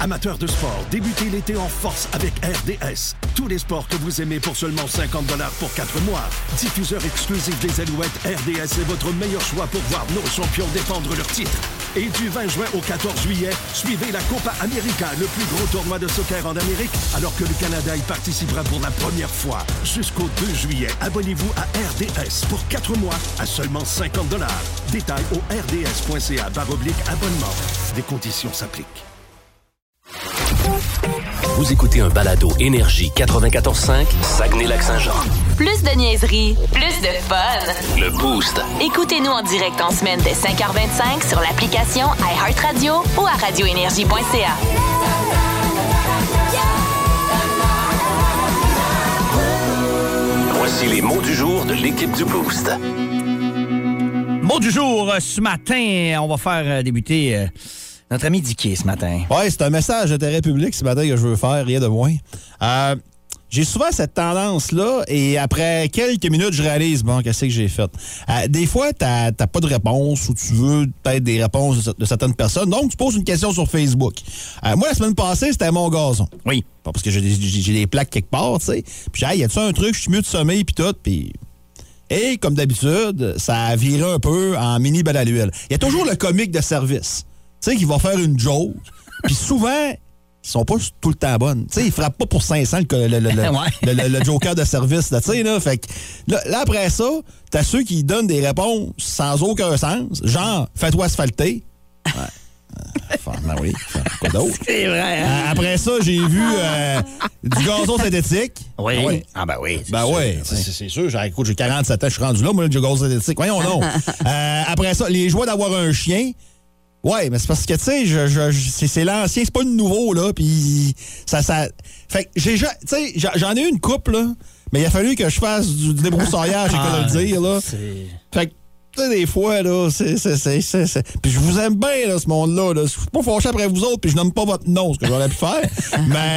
Amateurs de sport, débutez l'été en force avec RDS. Tous les sports que vous aimez pour seulement 50 pour 4 mois. Diffuseur exclusif des Alouettes, RDS est votre meilleur choix pour voir nos champions défendre leur titre. Et du 20 juin au 14 juillet, suivez la Copa América, le plus gros tournoi de soccer en Amérique, alors que le Canada y participera pour la première fois. Jusqu'au 2 juillet, abonnez-vous à RDS pour 4 mois à seulement 50 Détail au rds.ca abonnement. Des conditions s'appliquent. Vous écoutez un balado Énergie 94.5, Saguenay-Lac-Saint-Jean. Plus de niaiserie, plus de fun. Le Boost. Écoutez-nous en direct en semaine dès 5h25 sur l'application iHeartRadio ou à radioénergie.ca. Voici les mots du jour de l'équipe du Boost. Mot du jour, euh, ce matin, on va faire euh, débuter euh, notre ami Dicky ce matin. Ouais, c'est un message d'intérêt public ce matin que je veux faire, rien de moins. Euh, j'ai souvent cette tendance-là et après quelques minutes, je réalise, bon, qu'est-ce que j'ai fait? Euh, des fois, t'as t'as pas de réponse ou tu veux peut-être des réponses de, de certaines personnes, donc tu poses une question sur Facebook. Euh, moi, la semaine passée, c'était mon gazon. Oui. Pas parce que j'ai des- j'ai j'ai des plaques quelque part, tu sais. Puis j'ai dit, Hey, y a-tu un truc, je suis mieux de sommeil, puis tout, puis... Et comme d'habitude, ça a viré un peu en mini balle à l'huile. Il y a toujours le comique de service, tu sais, qui va faire une joke. Puis souvent, ils sont pas tout le temps bonnes. Tu sais, ils frappent pas pour 500 le, co- le, le- le- Ouais. le- le- le joker de service, là, tu sais, là. Fait que, là, là, après ça, t'as ceux qui donnent des réponses sans aucun sens, genre, fais-toi asphalter. Ouais. Enfin, ben oui, Enfin, quoi d'autre? C'est vrai. hein? Euh, Après ça, j'ai vu euh, du gazon synthétique. Oui. Ah ouais. Ah ben oui. Ben oui, c'est c'est sûr. J'ai- Écoute, j'ai 47 ans, je suis rendu là, moi, le gazon synthétique. Voyons non. après ça, les joies d'avoir un chien. Ouais, mais c'est parce que, tu sais, je, je- je- c'est, c'est l'ancien, c'est pas le nouveau, là, puis ça, ça... Fait que j'ai... ja- Tu sais, j'a- j'en ai eu une coupe, là, mais il a fallu que je fasse du débroussaillage, j'ai Ah, que de le dire, là. c'est- Fait que, tu sais, des fois, là, c'est... c'est, c'est, c'est- c'est- Puis je vous aime bien, là, ce monde-là, là. Je suis pas fâché après vous autres, puis je nomme pas votre nom, ce que j'aurais pu faire.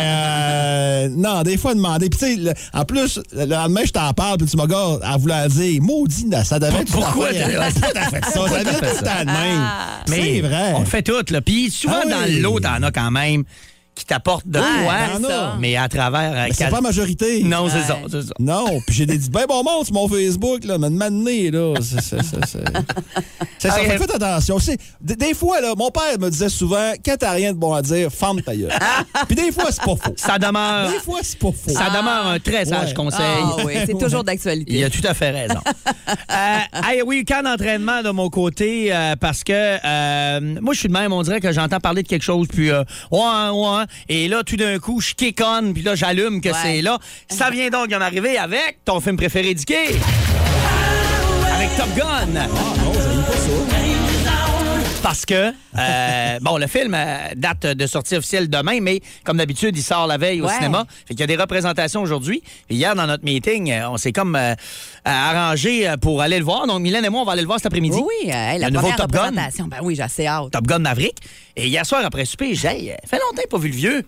mais, euh, non, des fois, demander... Puis, tu sais, le- en plus, le lendemain, je t'en parle, puis tu me regardes, elle voulait dire, maudit, ça devait être... Pourquoi ça t'as- t'as fait ça? Ça Ah. devait être tout le temps de même. C'est vrai. On le fait tout, là. Puis souvent, Ah oui. Ah, dans le lot, t'en as quand même qui t'apportent de t'en quoi, as. mais à travers... euh, Mais c'est quatre- pas la majorité. Non, c'est ça, c'est ça. Non, puis j'ai des ben bon monde sur mon Facebook, là, mais de m'amener, là. C'est c'est- c'est- c'est- c'est ça. Ok. Fait que Faites attention. C'est- Des, des fois, là, mon père me disait souvent, quand t'as rien de bon à dire, ferme ta gueule. puis des fois, c'est pas faux. Ça demeure... Des fois, c'est pas faux. Ça demeure un très sage Ouais. conseil. Ah oui, c'est toujours Il d'actualité. a tout à fait raison. euh, hey, oui, camp d'entraînement de mon côté, euh, parce que euh, moi, je suis de même, on dirait que j'entends parler de quelque chose, puis euh, ouais, ouais, et là, tout d'un coup, je kick on, puis là, j'allume que Ouais. c'est là. Ça vient donc d'en arriver avec ton film préféré d'Iké. Avec Top Gun. Parce que, euh, bon, le film euh, date de sortie officielle demain, mais comme d'habitude, il sort la veille au Ouais. cinéma. Fait qu'il y a des représentations aujourd'hui. Et Hier, dans notre meeting, euh, on s'est comme euh, euh, arrangé euh, pour aller le voir. Donc, Mylène et moi, on va aller le voir cet après-midi. Oui, oui, euh, hey, la Le nouveau première Top Gun. représentation. Ben oui, j'ai assez hâte. Top Gun Maverick. Et hier soir, après souper, j'ai dit, Hey, euh, fait longtemps pas vu le vieux.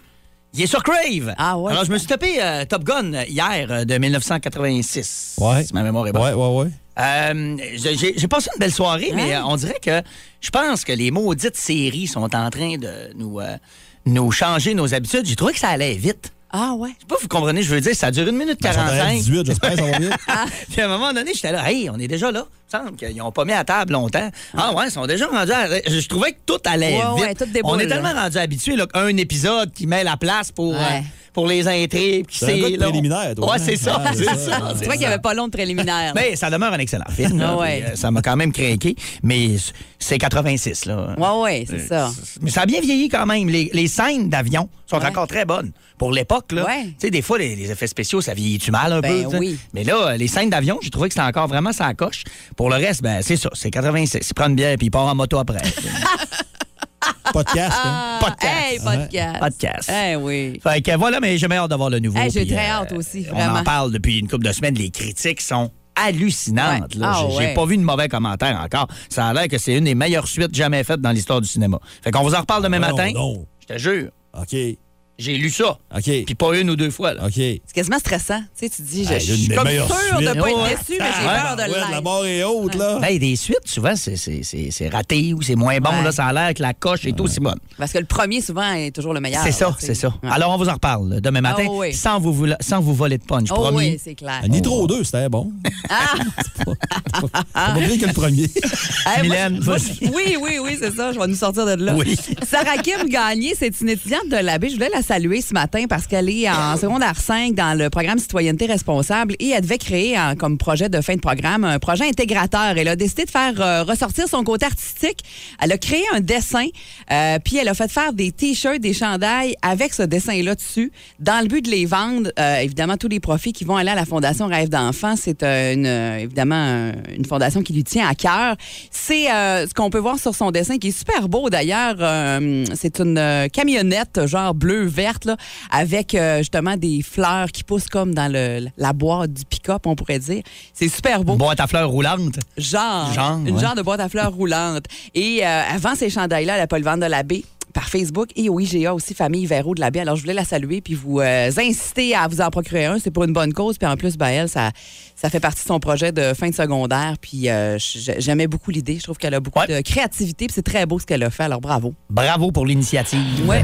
Il est sur Crave. Ah ouais. Alors, je me suis tapé euh, Top Gun euh, hier euh, de 1986. Ouais. Si ma mémoire est bonne. Ouais, ouais, ouais. Euh, j'ai- j'ai j'ai passé une belle soirée, mais Ouais. euh, on dirait que je pense que les maudites séries sont en train de nous, euh, nous changer nos habitudes. J'ai trouvé que ça allait vite. Ah ouais. Je sais pas, vous comprenez, je veux dire, ça dure une minute J'en aurais 45. 18, j'espère, ça va bien. Ah. Puis à un moment donné, j'étais là, hey, on est déjà là. Il me semble qu'ils n'ont pas mis à table longtemps. Ah ouais, ils sont déjà rendus à... Je je trouvais que tout allait Ouais, vite. ouais, tout déboule, on est là. tellement rendus habitués là, qu'un épisode qui met la place pour, Ouais. euh, pour les intrigues. puis C'est un gars de là, on- préliminaire, toi, Ouais, hein? c'est ça, Ah, c'est c'est ça. ça. c'est C'est Ben, vrai qu'il n'y ça. avait pas long de préliminaire. Mais Ben, ça demeure un excellent film. là. Ah ouais. Puis, euh, ça m'a quand même craqué, mais c- c'est 86. Là. Ouais, ouais, c'est ça. Mais ça a bien vieilli quand même. Les, les scènes d'avion sont Ouais. encore très bonnes. Pour l'époque, là. Ouais. Tu sais, des fois, les, les effets spéciaux, ça vieillit-tu mal un Ben peu? tu sais? oui. Mais là, euh, les scènes d'avion, j'ai trouvé que c'était encore vraiment ça coche. Pour le reste, ben, c'est ça. C'est 86. Ils prennent bien, puis ils partent en moto après. Pas de casque. hein. podcast. Hey, podcast. Podcast. Eh oui. Fait que voilà, mais j'ai bien hâte d'avoir le nouveau. Hey, j'ai puis, euh, très hâte aussi, On en vraiment. parle depuis une couple de semaines. Les critiques sont hallucinantes. Ouais. là. Ah J'ai- j'ai ouais. pas vu de mauvais commentaire encore. Ça a l'air que c'est une des meilleures suites jamais faites dans l'histoire du cinéma. Fait qu'on vous en reparle demain Non, matin. non. Je te jure. OK. J'ai lu ça. OK. Puis pas une ou deux fois. là. OK. C'est quasiment stressant. Tu sais, tu te dis, je, Hey, je l'une suis des comme meilleures sûr de suites. pas Ouais. être déçu, mais j'ai Ah, peur de ouais, le la l'être. barre est haute, là. Ben, des suites, souvent, c'est- c'est c'est- c'est raté ou c'est moins bon. Ouais. Là, ça a l'air que la coche est aussi bonne. Parce que le premier, souvent, est toujours le meilleur. C'est là, ça, tu sais. c'est ça. Ouais. Alors, on vous en reparle là, demain matin, Ah, oui. sans, vous, voulo- sans vous voler de punch, Oh promis. oui, c'est clair. Nitro 2, c'était bon. Ah! C'est pas, c'est pas pire que le premier. Eh, moi, Mylène, je- moi, vas-y. je- oui, oui, oui, c'est ça. Je vais nous sortir de là. Oui. Sarah Kim Gagné, c'est une étudiante de l'abbé. Je voulais la saluer ce matin parce qu'elle est en secondaire 5 dans le programme Citoyenneté responsable et elle devait créer en- comme projet de fin de programme un projet intégrateur. Elle a décidé de faire euh, ressortir son côté artistique. Elle a créé un dessin, euh, puis elle a fait faire des t-shirts, des chandails avec ce dessin-là dessus dans le but de les vendre. Euh, évidemment, tous les profits qui vont aller à la Fondation Rêve d'enfants, c'est euh, une, euh, évidemment euh, une fondation qui lui tient à cœur. C'est euh, ce qu'on peut voir sur son dessin qui est super beau d'ailleurs. Euh, c'est une euh, camionnette genre bleu-verte là, avec euh, justement des fleurs qui poussent comme dans le, la boîte du pick-up, on pourrait dire. C'est super beau. Boîte à fleurs roulante. Genre. Genre, une ouais. genre de boîte à fleurs roulante. Et euh, avant ces chandails-là, elle a pas le vendre de l'abbé par Facebook et au IGA aussi, Famille Véro de l'abbé. Alors, je voulais la saluer puis vous euh, inciter à vous en procurer un. C'est pour une bonne cause. Puis en plus, ben, elle, ça, ça fait partie de son projet de fin de secondaire. Puis euh, j- j'aimais beaucoup l'idée. Je trouve qu'elle a beaucoup Ouais. de créativité puis c'est très beau ce qu'elle a fait. Alors, bravo. Bravo pour l'initiative. Ouais.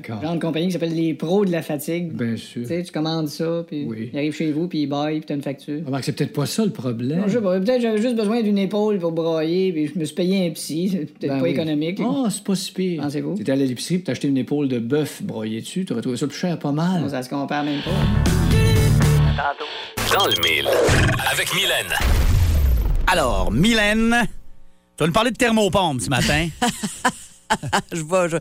D'accord. Genre de compagnie qui s'appelle les pros de la fatigue. Bien Tu sûr. sais, tu commandes ça, puis Oui. il arrive chez vous, puis il baille, puis t'as une facture. Remarque, Ah, c'est peut-être pas ça le problème. Non, je sais pas, peut-être j'avais juste besoin d'une épaule pour broyer, puis je me suis payé un psy. C'est peut-être Ben pas oui. économique. là. Ah, c'est pas si pire. Pensez-vous? T'étais allé à l'épicerie, puis t'as acheté une épaule de bœuf broyée dessus. T'aurais trouvé ça plus cher, pas mal. Ça se compare même pas. Dans le mille. Avec Mylène. Alors, Mylène, tu vas nous parler de thermopompe ce matin. Je vais. je-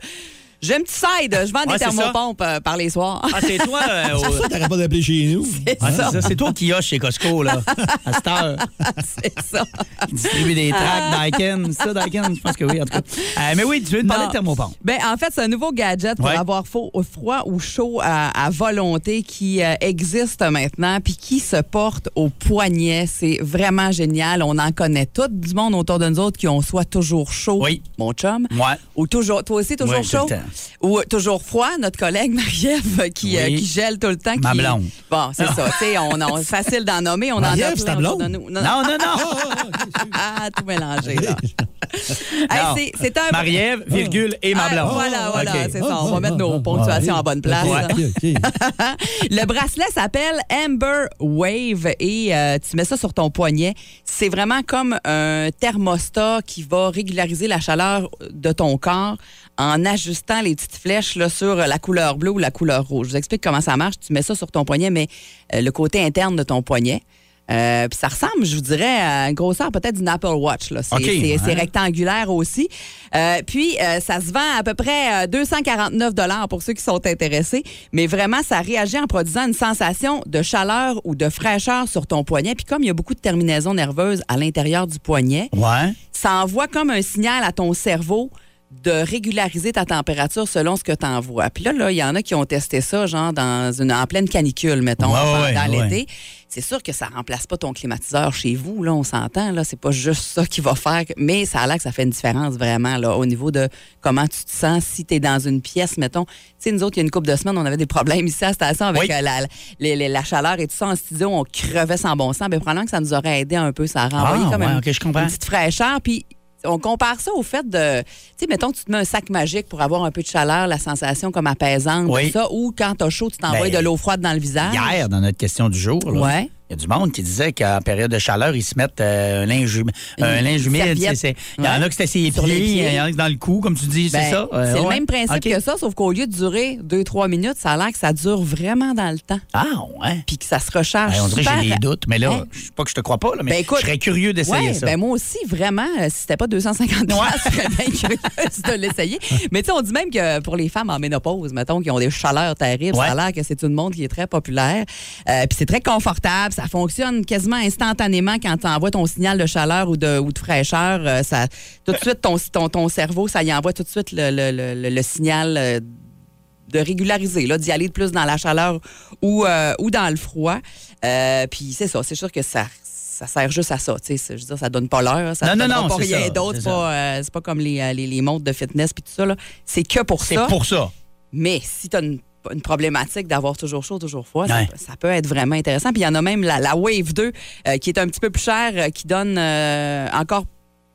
J'ai un petit side. Je vends Ouais, des c'est ça. thermopompes euh, par les soirs. ah, c'est toi. euh, au- Ça, t'aurais pas d'appeler chez nous. Ah, c'est ça, c'est toi qui as chez Costco, là, à cette heure. c'est ça. qui distribue des tracts Daikin. C'est ça, Daikin? Je pense que oui, en tout cas. Euh, mais oui, tu veux nous parler Ah. Non. de thermopompe. Ben, en fait, c'est un nouveau gadget pour Ouais. avoir faux- froid ou chaud à, à volonté qui euh, existe maintenant puis qui se porte au poignet. C'est vraiment génial. On en connaît tout du monde autour de nous autres qui ont soit toujours chaud, Oui. mon chum, Ouais. ou toujours, toi aussi toujours Oui, tout chaud, le temps. ou euh, toujours froid, notre collègue Marie-Ève qui, euh, Oui. qui gèle tout le temps. Ma qui- blonde. Ah. Bon, c'est ça. Tu sais, on, on- facile d'en nommer. On en a Marie-Ève, c'est ta plein autour de blonde? nous. Bah, Non, ah, non. Non, non, non. Ah, tout mélangé, là. Hey, Non. c'est- c'est un... Marie-Ève, virgule, et ma Ah, blonde. Voilà, voilà, OK. Ah, c'est ça. On va mettre nos ponctuations en bonne place. Ah, OK, OK. Le bracelet s'appelle Amber Wave et euh, tu mets ça sur ton poignet. C'est vraiment comme un thermostat qui va régulariser la chaleur de ton corps en ajustant les petites flèches là, sur la couleur bleue ou la couleur rouge. Je vous explique comment ça marche. Tu mets ça sur ton poignet, mais euh, le côté interne de ton poignet. Euh, puis ça ressemble, je vous dirais, à une grosseur peut-être d'une Apple Watch. là. C'est OK, c'est- c'est ouais. rectangulaire aussi. Euh, puis, euh, ça se vend à peu près euh, 249 pour ceux qui sont intéressés. Mais vraiment, ça réagit en produisant une sensation de chaleur ou de fraîcheur sur ton poignet. Puis comme il y a beaucoup de terminaisons nerveuses à l'intérieur du poignet, Ouais. ça envoie comme un signal à ton cerveau de régulariser ta température selon ce que tu envoies. Puis là, là, il y en a qui ont testé ça, genre dans une, en pleine canicule, mettons, Ouais, pendant ouais, ouais. l'été. C'est sûr que ça remplace pas ton climatiseur chez vous, là, on s'entend, là, c'est pas juste ça qui va faire, que- mais ça a l'air que ça fait une différence vraiment, là, au niveau de comment tu te sens si tu es dans une pièce, mettons. Tu sais, nous autres, il y a une couple de semaines, on avait des problèmes ici à la station avec Oui. euh, la, les- les- la chaleur et tout ça en studio, on crevait sans bon sens. Mais probablement que ça nous aurait aidé un peu, ça a renvoyé Ah, comme ouais, une- ok, je comprends. une petite fraîcheur, puis on compare ça au fait de, tu sais, mettons, tu te mets un sac magique pour avoir un peu de chaleur, la sensation comme apaisante, Oui. tout ça, ou quand t'as chaud, tu t'envoies Ben, de l'eau froide dans le visage. Hier, dans notre question du jour, là, Ouais. Il y a du monde qui disait qu'en période de chaleur, ils se mettent euh, un linge, humi- un Une linge humide. serviette. c'est- c'est- Il y en a Ouais. que c'est assez les Sur les pieds, pieds. il y en a que dans le cou, comme tu dis, c'est Ben, ça? Euh, c'est le ouais. même principe OK. que ça, sauf qu'au lieu de durer 2-3 minutes, ça a l'air que ça dure vraiment dans le temps. Ah, ouais. Puis que ça se recharge. Ben, on dirait que super- j'ai des doutes, mais là, Hein? je sais pas que je te crois pas, là, mais Ben, écoute, je serais curieux d'essayer Ouais, ça. ben moi aussi, vraiment, euh, si c'était pas 250 piastres, je serais bien curieuse de l'essayer. Mais tu sais, on dit même que pour les femmes en ménopause, mettons, qui ont des chaleurs terribles, Ouais. ça a l'air que c'est une montre qui est très populaire. Euh, Puis c'est très confortable, ça fonctionne quasiment instantanément quand tu envoies ton signal de chaleur ou de, ou de fraîcheur. euh, ça, tout de suite, ton, ton, ton cerveau, ça y envoie tout de suite le, le- le- le- le signal euh, de régulariser, là, d'y aller de plus dans la chaleur ou, euh, ou dans le froid. Euh, puis c'est ça, c'est sûr que ça, ça sert juste à ça. tu sais, c'est- Je veux dire, ça donne pas l'heure, ça Non, ne non, donne non, pas c'est rien ça, d'autre. c'est C'est pas, euh, c'est pas comme les, euh, les, les montres de fitness puis tout ça. là. C'est que pour c'est ça. pour ça. Mais si tu as une, une problématique d'avoir toujours chaud, toujours froid, ça Ouais. peut- ça, peut être vraiment intéressant. Puis il y en a même la, la Wave 2 euh, qui est un petit peu plus chère, euh, qui donne euh, encore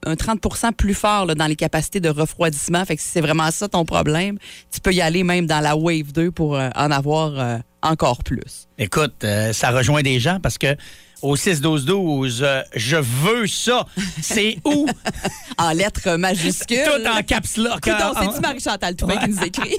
un 30 plus fort là, dans les capacités de refroidissement. Fait que si c'est vraiment ça ton problème, tu peux y aller même dans la Wave 2 pour euh, en avoir euh, encore plus. Écoute, euh, ça rejoint des gens parce que au 6-12-12, euh, je veux ça. C'est où? En lettres majuscules. Tout en caps lock. hein. Coudon, En- c'est-tu Marie-Chantal Toubin qui nous écrit?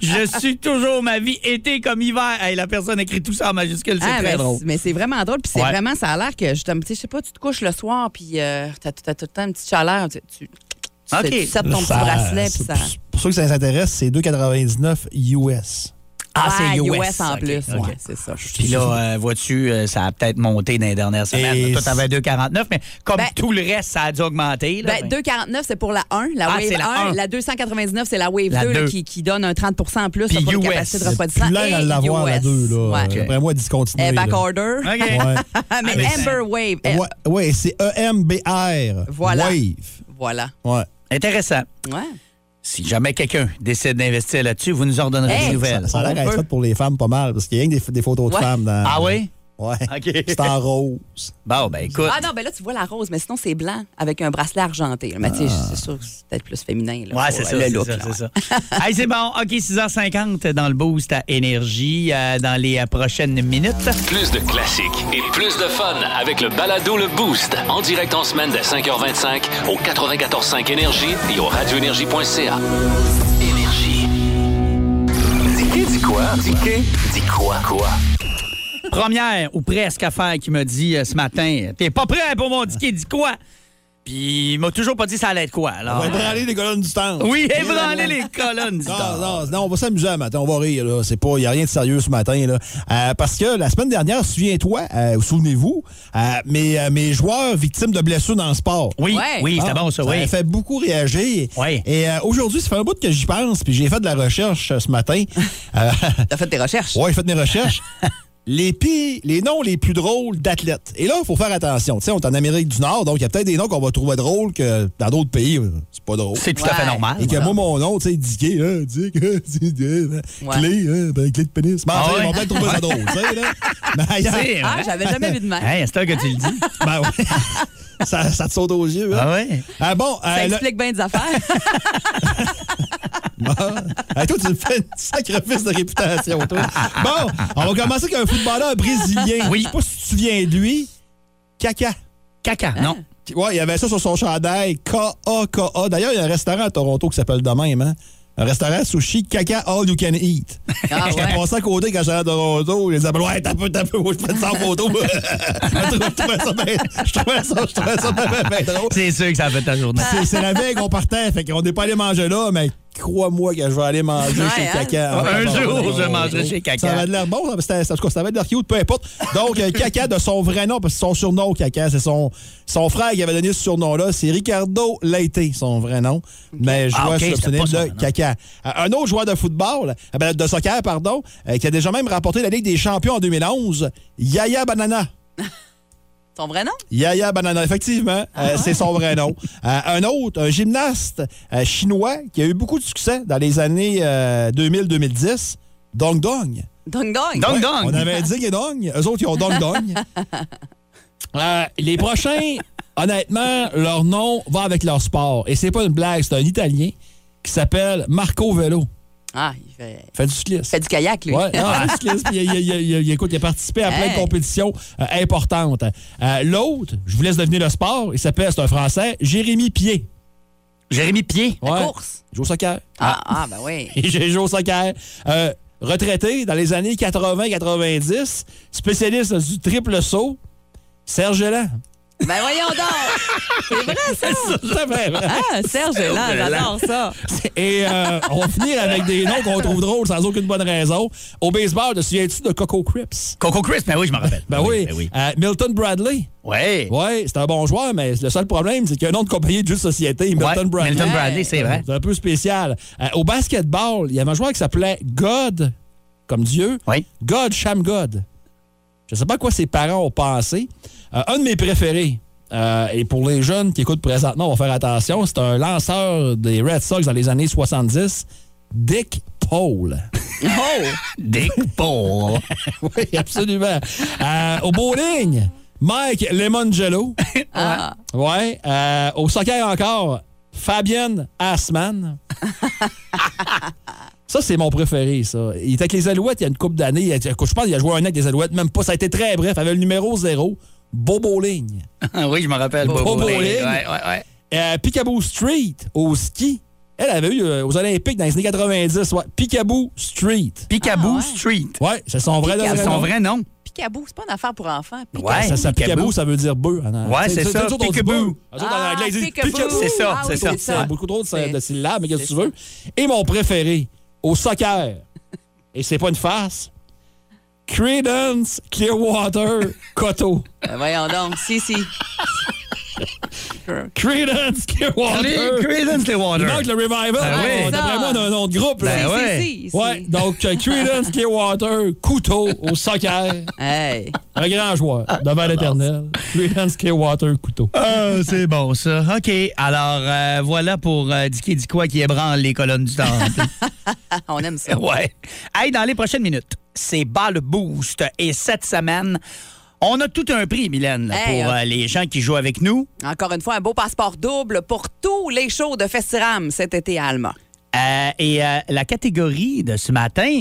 Je suis toujours ma vie été comme hiver. Hey, la personne écrit tout ça en majuscule, c'est Ah, très mais, drôle. mais c'est vraiment drôle. Puis c'est Ouais. vraiment, ça a l'air que, justement, tu sais, je sais pas, tu te couches le soir, puis euh, t'as t'as tout le temps une petite chaleur. Tu, tu, tu- Ok. tu sapes ton petit Ah, Ça- bracelet, puis c'est- ça. Pour ceux que ça s'intéresse, c'est 2,99 US. Ah, c'est Ouais, US. en OK, plus. OK. Ouais, c'est ça. Puis là, euh, vois-tu, euh, ça a peut-être monté dans les dernières semaines. Et Toi, t'avais 2,49, mais comme Ben- tout le reste, ça a dû augmenter. là, Ben, ben- 2,49, c'est pour la 1, la Ah, Wave c'est la 1. un. La 299, c'est la Wave La 2, là, deux. qui, qui donne un 30 en plus là, Puis pour les US. capacités de C'est refroidissement. Plein à et l'avoir, US. la 2, là. Euh, Ouais. Après moi, discontinuer. Eh, là. backorder. OK. Ouais. Ah, mais Mais c'est- Amber Wave. eh, Ouais, ouais, c'est E EMBR. Voilà. Wave. Eh, Voilà. Ouais. Intéressant. Ouais. Si jamais quelqu'un décide d'investir là-dessus, vous nous en donnerez Hey, des nouvelles. Ça, ça a l'air à être fait pour les femmes pas mal, parce qu'il y a rien que des, des photos de Ouais. femmes dans. Ah oui? Ouais. OK. C'est en rose. Bon, ben écoute. Ah non, ben là, tu vois la rose, mais sinon, c'est blanc avec un bracelet argenté. là. Mais tu sais, c'est sûr que c'est peut-être plus féminin. Là, Ah. Ouais, pour, c'est euh, ça. Le c'est look, ça, là, c'est ça. Hey, c'est bon. OK, 6h50 dans le boost à Énergie euh, dans les euh, prochaines minutes. Plus de classiques et plus de fun avec le balado Le Boost. En direct en semaine dès 5h25 au 94.5 Énergie et au radioénergie.ca. Énergie. Dis-qui, dis quoi? Dis-qui, dis quoi? Quoi? Première ou presque affaire qui me dit euh, ce matin, t'es pas prêt pour mon ticket, dis quoi? Puis il m'a toujours pas dit ça allait être quoi. On Ah. Alors, va branler les colonnes du temps. oui, ébranler les colonnes, dis Non, donc. non, non, on va s'amuser un matin, on va rire. là. C'est pas, il n'y a rien de sérieux ce matin. Là. Euh, parce que la semaine dernière, souviens-toi, euh, ou souvenez-vous, euh, mes, euh, mes joueurs victimes de blessures dans le sport. Oui, Ouais. oui, c'était Ah, bon ça, Ça a oui. fait beaucoup réagir. Oui. Et euh, aujourd'hui, ça fait un bout que j'y pense, puis j'ai fait de la recherche euh, ce matin. Euh, T'as fait tes recherches. ouais, j'ai fait mes recherches. Les, pires- les noms les plus drôles d'athlètes. Et là, il faut faire attention. Tu sais, on est en Amérique du Nord, donc il y a peut-être des noms qu'on va trouver drôles que dans d'autres pays, euh, c'est pas drôle. C'est tout à fait Ouais. normal. Et que moi, mon nom, tu sais, Dicky, hein, Dick, hein, Dick, hein, Ouais. clé, hein, ben, clé de pénis. Mais Ah tu sais, ouais? ils vont peut-être trouver ça drôle, tu sais, là. Mais C'est ailleurs, hein, Ah, vrai. j'avais jamais vu de même. Hey, c'est toi que tu le dis. ben ouais. ça, ça te saute aux yeux, hein. Ah ouais? Ah bon, Ça euh, le- explique bien des affaires. Ah, toi, tu me fais un sacrifice de réputation, toi. Bon, on va commencer avec un footballeur brésilien. Oui. Je sais pas si tu te souviens de lui. Caca. Caca, non. Ah. Ouais, il avait ça sur son chandail. K-A-K-A. D'ailleurs, il y a un restaurant à Toronto qui s'appelle de même, hein? Un restaurant sushi Caca All You Can Eat. Ah J'étais ouais. passé à côté quand j'allais à Toronto. Ils disaient, ouais, t'as peu, t'as peu, moi, je fais ça en photo. je trouvais ça bien, je trouvais ça, je trouvais ça bien, bien drôle. C'est sûr que ça a fait ta journée. Ah. C'est- C'est la veille qu'on partait, fait qu'on n'est pas allé manger là, mais crois-moi que je vais aller manger Ouais, chez hein? Caca. Un Ouais, jour, ouais, je ouais, mangerai ouais. chez Caca. Ça va de l'air bon, ça, c'était- en tout cas, ça va de l'air cute, peu importe. Donc, euh, Caca, de son vrai nom, parce que son surnom, Caca, c'est son, son frère qui avait donné ce surnom-là, c'est Ricardo Leite, son vrai nom. Mais je Ah, vois ok, se c'était soutenir pas son de vrai nom. Caca. Euh, Un autre joueur de football, euh, ben, de soccer, pardon, euh, qui a déjà même remporté la Ligue des champions en 2011, Yaya Banana. Ton vrai nom? Yaya Banana, effectivement, Ah euh, c'est son vrai nom. Euh, un autre, un gymnaste euh, chinois qui a eu beaucoup de succès dans les années euh, 2000-2010, Dong Dong. Dong Dong. Dong Ouais, Dong. On avait Ding et Dong, eux autres, ils ont Dong Dong. Euh, les prochains, honnêtement, leur nom va avec leur sport. Et c'est pas une blague, c'est un Italien qui s'appelle Marco Velo. Ah, il fait, Fait du cyclisme. il fait du kayak, lui. Ouais, non, ah, il est cycliste, puis il, il- il- il- il- écoute, il a participé à plein de Hey. compétitions euh, importantes. Euh, L'autre, je vous laisse deviner le sport, il s'appelle, c'est un Français, Jérémy Pied. Jérémy Pied. Ouais. course. Il joue au soccer. Ah, ah, ben oui. Et j'ai joué au soccer. Euh, retraité dans les années 80-90, spécialiste du triple saut, Serge Lan. Ben voyons donc! C'est vrai, ça! Ah, Serge, là, j'adore ça. Et euh, on va finir avec des noms qu'on trouve drôles sans aucune bonne raison. Au baseball, te souviens-tu de Coco Crips? Coco Chris, ben oui, je m'en rappelle. Ben oui. Ben oui. Euh, Milton Bradley. Ouais. Oui, c'est un bon joueur, mais le seul problème, c'est qu'il y a un nom de compagnie de jeux de société, Milton Ouais, Bradley. Milton Bradley, c'est vrai. C'est un peu spécial. Euh, au basketball, il y avait un joueur qui s'appelait God, comme Dieu. Oui. God, Sham God. Je ne sais pas à quoi ses parents ont pensé. Euh, un de mes préférés, euh, et pour les jeunes qui écoutent présentement, on va faire attention, c'est un lanceur des Red Sox dans les années 70, Dick Paul. Dick Paul. oui, absolument. Euh, au bowling, Mike Lemongelo. Ah. Ouais. Euh, au soccer encore, Fabienne Assman. Ça, c'est mon préféré, ça. Il était avec les Alouettes il y a une couple d'années. Il a- Je pense qu'il a joué un an avec les Alouettes, même pas. Ça a été très bref. Il avait le numéro zéro. Beau bowling. oui, je me rappelle. Beau Bobo bowling. Lee. Ouais, ouais, ouais. Euh, Picaboo Street au ski. Elle avait eu euh, aux Olympiques dans les années 90. Ouais. Picaboo Street. Ah, Picaboo ouais. Street. Ouais, c'est son vrai nom. C'est son vrai nom. Picabou, c'est pas une affaire pour enfants. Picabou. Ouais. ça, ça, Picaboo. picaboo, ça veut dire bœuf. en- Ouais, tu sais, c'est tu sais, ça, nous autres, on dit peekaboo. bœuf. Nous autres, en Ah, anglais, ils disent peekaboo. peekaboo. C'est ça, Ah c'est oui, ça. c'est Il y a ça. beaucoup trop de, C'est- de syllabes, mais qu'est-ce que c'est tu veux? Et mon préféré, au soccer, et c'est pas une farce, Credence Clearwater Cotto. Ben voyons donc, si, si. Credence Ah, euh, Clearwater. Credence Il Clearwater. manque le revival. Ah oui. On- D'après moi, on a un nom de groupe. là. Ben Si, ouais. si, si. Ouais, donc euh, Credence Clearwater, couteau au soccer. Hey. Un grand joueur Ah, devant l'éternel. Credence Clearwater, couteau. Ah, c'est bon ça. OK. Alors, euh, voilà pour euh, Dicky dit quoi qui ébranle les colonnes du temple. Ah, on aime ça. Ouais. Hey, dans les prochaines minutes, c'est bas le boost. Et cette semaine, on a tout un prix, Mylène, là, Hey, pour hein. euh, les gens qui jouent avec nous. Encore une fois, un beau passeport double pour tous les shows de Festiram cet été à Alma. Euh, et euh, la catégorie de ce matin,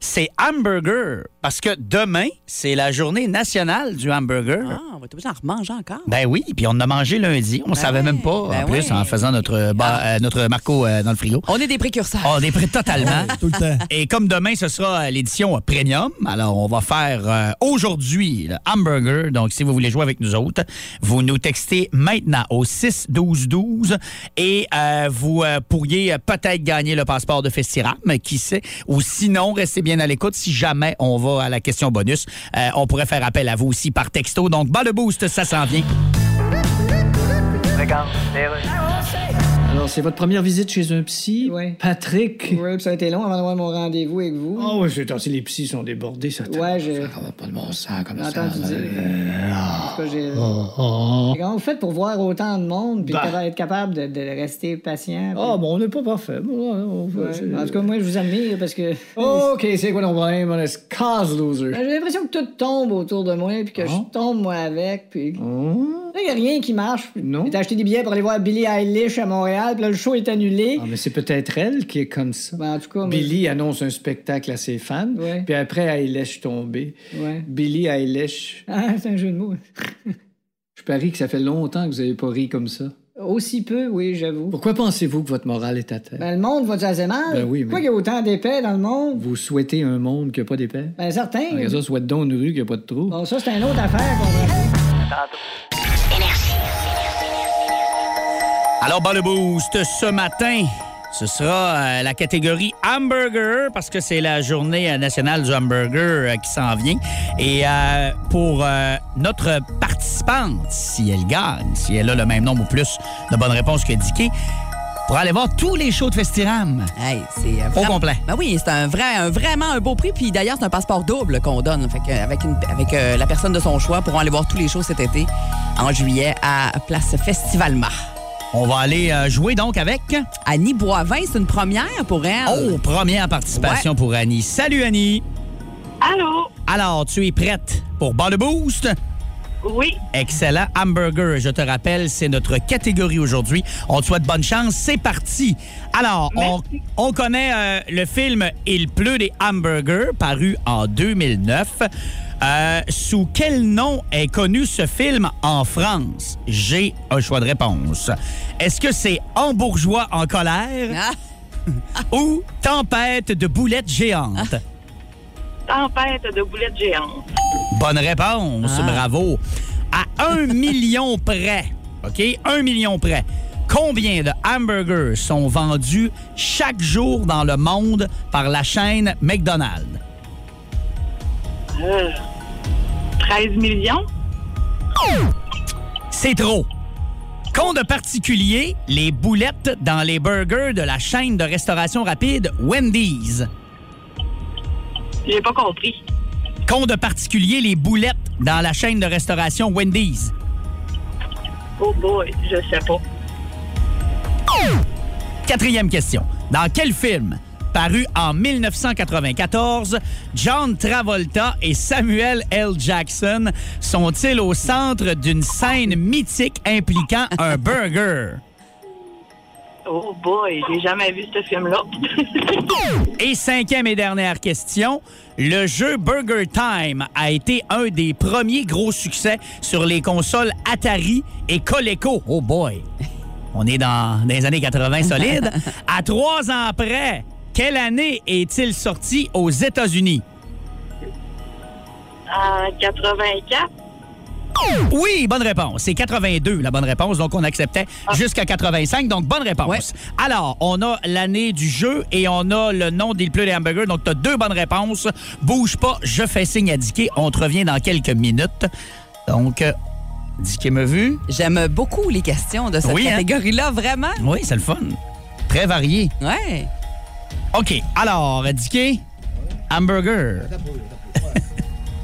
c'est hamburger. Parce que demain, c'est la journée nationale du hamburger. Ah, on va être obligé d'en remanger encore. Ben oui, puis on en a mangé lundi. On savait même pas, en ben plus, ouais. Ah. Oh. en faisant notre, bar- euh, notre Marco euh, dans le frigo. On est Ah, des précurseurs. On est prêt totalement. Tout le temps. Et comme demain, ce sera euh, l'édition euh, premium, alors on va faire euh, aujourd'hui le hamburger. Donc, si vous voulez jouer avec nous autres, vous nous textez maintenant au 6-12-12 et euh, vous euh, pourriez euh, peut-être gagner le passeport de Festiram, qui sait. Ou sinon, restez bien à l'écoute. Si jamais on va à la question bonus, euh, on pourrait faire appel à vous aussi par texto. Donc, bas le boost, ça s'en vient. Alors, c'est votre première visite chez un psy? Ouais. Patrick? Ouais, puis ça a été long avant d'avoir mon rendez-vous avec vous. Oh, oui, c'est si les psys sont débordés, ça Ouais, j'ai- Ça va pas de bon sens comme J'ai ça. entendu dire. En tout cas, j'ai- euh, Oh, oh. Comment vous faites pour voir autant de monde puis Ben. capa- être capable de, de rester patient? Ah, bon, on n'est pas parfait. Bon, on- on- Ouais. c'est- Oh, En tout cas, moi, je vous admire parce que OK, c'est quoi ton problème? On est cause loser. Ben, j'ai l'impression que tout tombe autour de moi puis que Ah. je tombe moi avec. Puis... Là, il a rien qui marche. Non. J'ai acheté des billets pour aller voir Billie Eilish à Montréal puis là, le show est annulé. Ah, mais c'est peut-être elle qui est comme ça. Ben, en tout cas, moi- Billy annonce un spectacle à ses fans, Ouais. puis après, elle lèche tomber. Ouais. Billy Eilish, Ah, c'est un jeu de mots. je parie que ça fait longtemps que vous n'avez pas ri comme ça. Aussi peu, oui, j'avoue. Pourquoi pensez-vous que votre morale est à terre? Ben, le monde va-tu assez mal? Ben oui, mais- Pourquoi il y a autant d'épais dans le monde? Vous souhaitez un monde qui n'a pas d'épais? Ben, certains. Regarde ça, souhaite donc une rue qui n'a pas de trou. Bon, ça, c'est une autre affaire qu'on Alors, bas le boost, ce matin, ce sera euh, la catégorie hamburger parce que c'est la journée euh, nationale du hamburger euh, qui s'en vient. Et euh, pour euh, notre participante, si elle gagne, si elle a le même nombre ou plus de bonnes réponses que Dicky, pour aller voir tous les shows de Festiram. Hey, c'est euh, Au vraiment- complet. Ben oui, c'est un vrai, un- vraiment un beau prix. Puis d'ailleurs, c'est un passeport double qu'on donne. Fait que, euh, avec une- avec euh, la personne de son choix pourront aller voir tous les shows cet été en juillet à Place Festivalma. On va aller euh, jouer donc avec. Annie Boivin, c'est une première pour elle. Oh, première participation pour Annie. Salut Annie. Allô? Alors, tu es prête pour bas le boost? Oui. Excellent. Hamburger, je te rappelle, c'est notre catégorie aujourd'hui. On te souhaite bonne chance. C'est parti. Alors, on, on connaît euh, le film Il pleut des hamburgers, paru en 2009. Euh, sous quel nom est connu ce film en France? J'ai un choix de réponse. Est-ce que c'est Hambourgeois en colère Ah, ou Tempête de boulettes géantes? Tempête de boulettes géantes. Bonne réponse, Ah. bravo. À un million près, OK? Un million près. Combien de hamburgers sont vendus chaque jour dans le monde par la chaîne McDonald's? Euh, 13 millions. C'est trop. Qu'ont de particulier les boulettes dans les burgers de la chaîne de restauration rapide Wendy's? J'ai pas compris. Qu'ont de particulier les boulettes dans la chaîne de restauration Wendy's? Oh boy, je sais pas. Quatrième question. Dans quel film, paru en 1994, John Travolta et Samuel L. Jackson sont-ils au centre d'une scène mythique impliquant un burger? Oh boy, j'ai jamais vu ce film-là. Et cinquième et dernière question, le jeu Burger Time a été un des premiers gros succès sur les consoles Atari et Coleco. Oh boy! On est dans, dans les années 80 solides. À trois ans après, quelle année est-il sorti aux États-Unis? en 84. Oui, bonne réponse. C'est 82, la bonne réponse. Donc, on acceptait jusqu'à 85. Donc, bonne réponse. Ouais. Alors, on a l'année du jeu et on a le nom d'Il pleut des hamburgers. Donc, tu as deux bonnes réponses. Bouge pas, je fais signe à Dicky. On te revient dans quelques minutes. Donc, euh, Dicky me vu? J'aime beaucoup les questions de cette Oui, hein? catégorie-là, vraiment. Oui, c'est le fun. Très varié. Ouais. OK. Alors, Dicky, hamburger.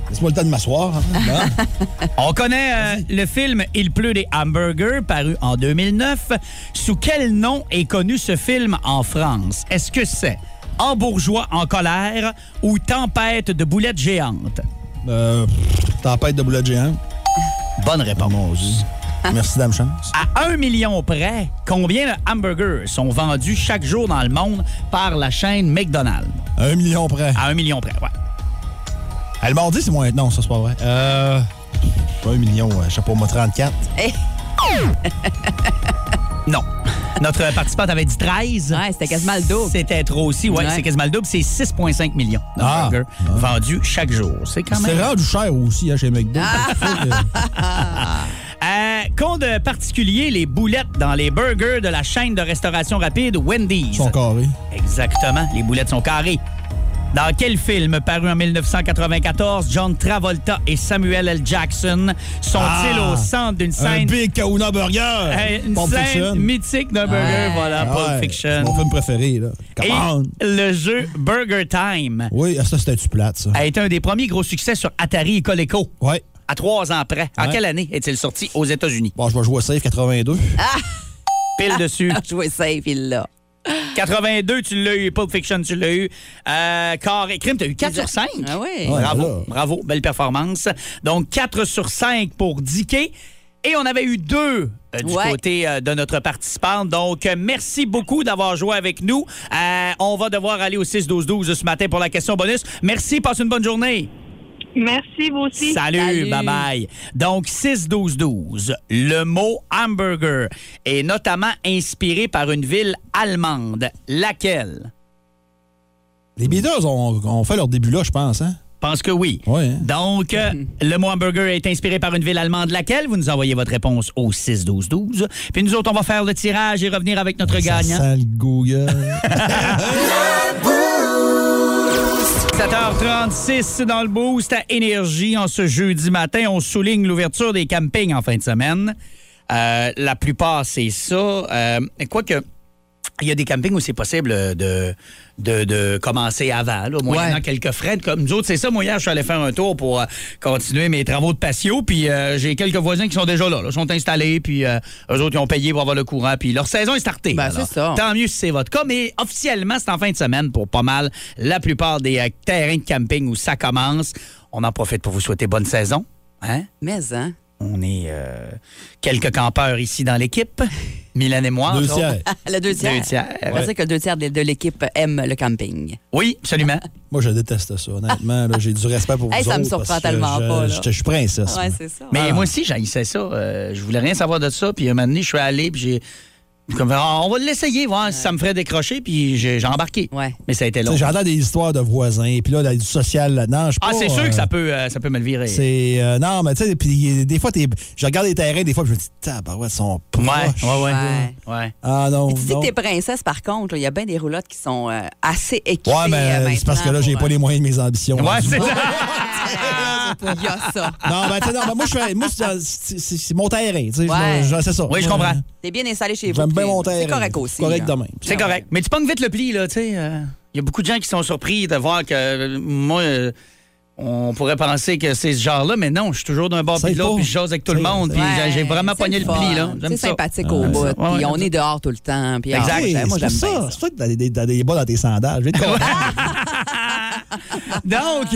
Laisse-moi le temps de m'asseoir. hein. Bon. On connaît euh, le film Il pleut des hamburgers, paru en 2009. Sous quel nom est connu ce film en France? Est-ce que c'est Hambourgeois en colère ou Tempête de boulettes géantes? Euh, pff, tempête de boulettes géantes. Bonne réponse. Merci, Dame Chance. À un million près, combien de hamburgers sont vendus chaque jour dans le monde par la chaîne McDonald's? Un million près. À un million près, ouais. Elle m'a dit, Ah, c'est moins. Non, ça, c'est pas vrai. Euh. pas Un million, euh, je sais pas, moi, 34. Non. Notre participante avait dit 13. Ouais, c'était quasiment le double. C'était trop aussi, ouais, Ouais. c'est quasiment le double. C'est 6,5 millions de Ah. burgers vendus chaque jour. C'est quand même... C'est rendu cher aussi, hein, chez McDo. Fait que- Euh, Qu'ont de particulier les boulettes dans les burgers de la chaîne de restauration rapide Wendy's? Ils sont carrés. Exactement, les boulettes sont carrées. Dans quel film paru en 1994, John Travolta et Samuel L. Jackson sont-ils Ah! au centre d'une Un scène, Big Kahuna Burger. euh, une Pulp scène Fiction. mythique d'un burger? Voilà, Ah Pulp ouais, Fiction. C'est mon film préféré, là. Et Come on. le jeu Burger Time Oui, ah, ça, c'était du plate, ça. a été un des premiers gros succès sur Atari et Coleco. Ouais. À trois ans près. En Ouais. quelle année est-il sorti aux États-Unis? Bon, je vais jouer à Safe 82. Pile Ah. dessus. Jouer safe, il l'a. 82, tu l'as eu. Pulp Fiction, tu l'as eu. Euh, Corps et Crime, tu as eu 4 sur 5. Ah oui. Ouais. bravo, voilà. bravo, belle performance. Donc, 4 sur 5 pour Dicky. Et on avait eu deux euh, du Ouais. côté euh, de notre participante. Donc, euh, merci beaucoup d'avoir joué avec nous. Euh, on va devoir aller au 6-12-12 ce matin pour la question bonus. Merci, passe une bonne journée. Merci, vous aussi. Salut, Salut. bye bye. Donc 6 12 12, le mot hamburger est notamment inspiré par une ville allemande, laquelle Les Beatles ont, ont fait leur début là, je pense, hein? Pense que oui. Ouais, hein? Donc euh, le mot hamburger est inspiré par une ville allemande, laquelle Vous nous envoyez votre réponse au 6 12 12. Puis nous autres on va faire le tirage et revenir avec notre gagnant. Ça sent le Google. 7h36 dans le boost à Énergie en ce jeudi matin. On souligne l'ouverture des campings en fin de semaine. Euh, la plupart, c'est ça. Euh, Quoique, il y a des campings où c'est possible de, de, de commencer avant, là, moyennant Ouais. quelques frais. Comme nous autres, c'est ça. Moi, hier, je suis allé faire un tour pour euh, continuer mes travaux de patio. Puis euh, j'ai quelques voisins qui sont déjà là. là. Ils sont installés. Puis euh, eux autres, ils ont payé pour avoir le courant. Puis leur saison est startée. Ben, Alors, c'est ça. Tant mieux si c'est votre cas, mais officiellement, c'est en fin de semaine pour pas mal la plupart des euh, terrains de camping où ça commence. On en profite pour vous souhaiter bonne saison. Hein? Mais, hein? On est euh, quelques campeurs ici dans l'équipe. Milan et moi. Deux entre autres. tiers. Le deux tiers. Deux tiers. On sait que deux tiers de, de l'équipe aime le camping. Oui, absolument. Ah. Moi, je déteste ça, honnêtement. là. J'ai du respect pour Hey, vous ça me autres parce surprend que tellement je- pas, là. Je, je suis princesse. Ouais, moi. c'est ça. Mais moi aussi, j'haïssais ça. Euh, je voulais rien savoir de ça. Puis un moment donné, je suis allé, puis j'ai... Comme, Ah, on va l'essayer, voir si ça me ferait décrocher, puis j'ai j'ai embarqué. Ouais. Mais ça a été Tu long. sais, J'entends des histoires de voisins, puis là, là, du social là-dedans. je suis Ah, pas, c'est sûr euh, que ça peut, euh, ça peut me le virer. C'est. euh, non, mais tu sais, puis des fois, t'es- je regarde les terrains, des fois, puis je me dis, tabarouette, ils sont Ouais, proches. ouais, ouais, Ouais. ouais. Ah non. Et tu dis non. que t'es princesse, par contre, là, il y a bien des roulottes qui sont euh, assez équipées. Ouais, euh, mais c'est maintenant parce que là, j'ai pour, pas les moyens de mes ambitions. Ouais, c'est ça. Ah, Il y a ça. Non, ben, tu sais, non, ben, moi, je fais. Moi, c'est- c'est c'est- c'est mon terrain, tu sais. Ouais. je- je- C'est ça. Oui, je Moi, comprends. T'es bien installé chez vous. J'aime bien puis mon terrain. C'est correct aussi. Correct là. de même. C'est correct. Mais tu pognes vite le pli, là, tu sais. euh, Il y a beaucoup de gens qui sont surpris de voir que euh, moi, euh, on pourrait penser que c'est ce genre-là, mais non, je suis toujours d'un bord Ça puis de est l'autre, pas. puis je jase avec tout le Ça- monde, puis j'ai- j'ai Ouais, vraiment c'est pogné le fun. pli, là. J'aime C'est ça. sympathique au bout. Ouais, Puis ouais, on est dehors tout le temps. Puis ah, Exact. Hey, ouais, moi, c'est j'aime pour bien ça. ça. C'est pour ça que t'as des, des, t'as des bas dans tes sandales. Je vais te comprendre. Donc,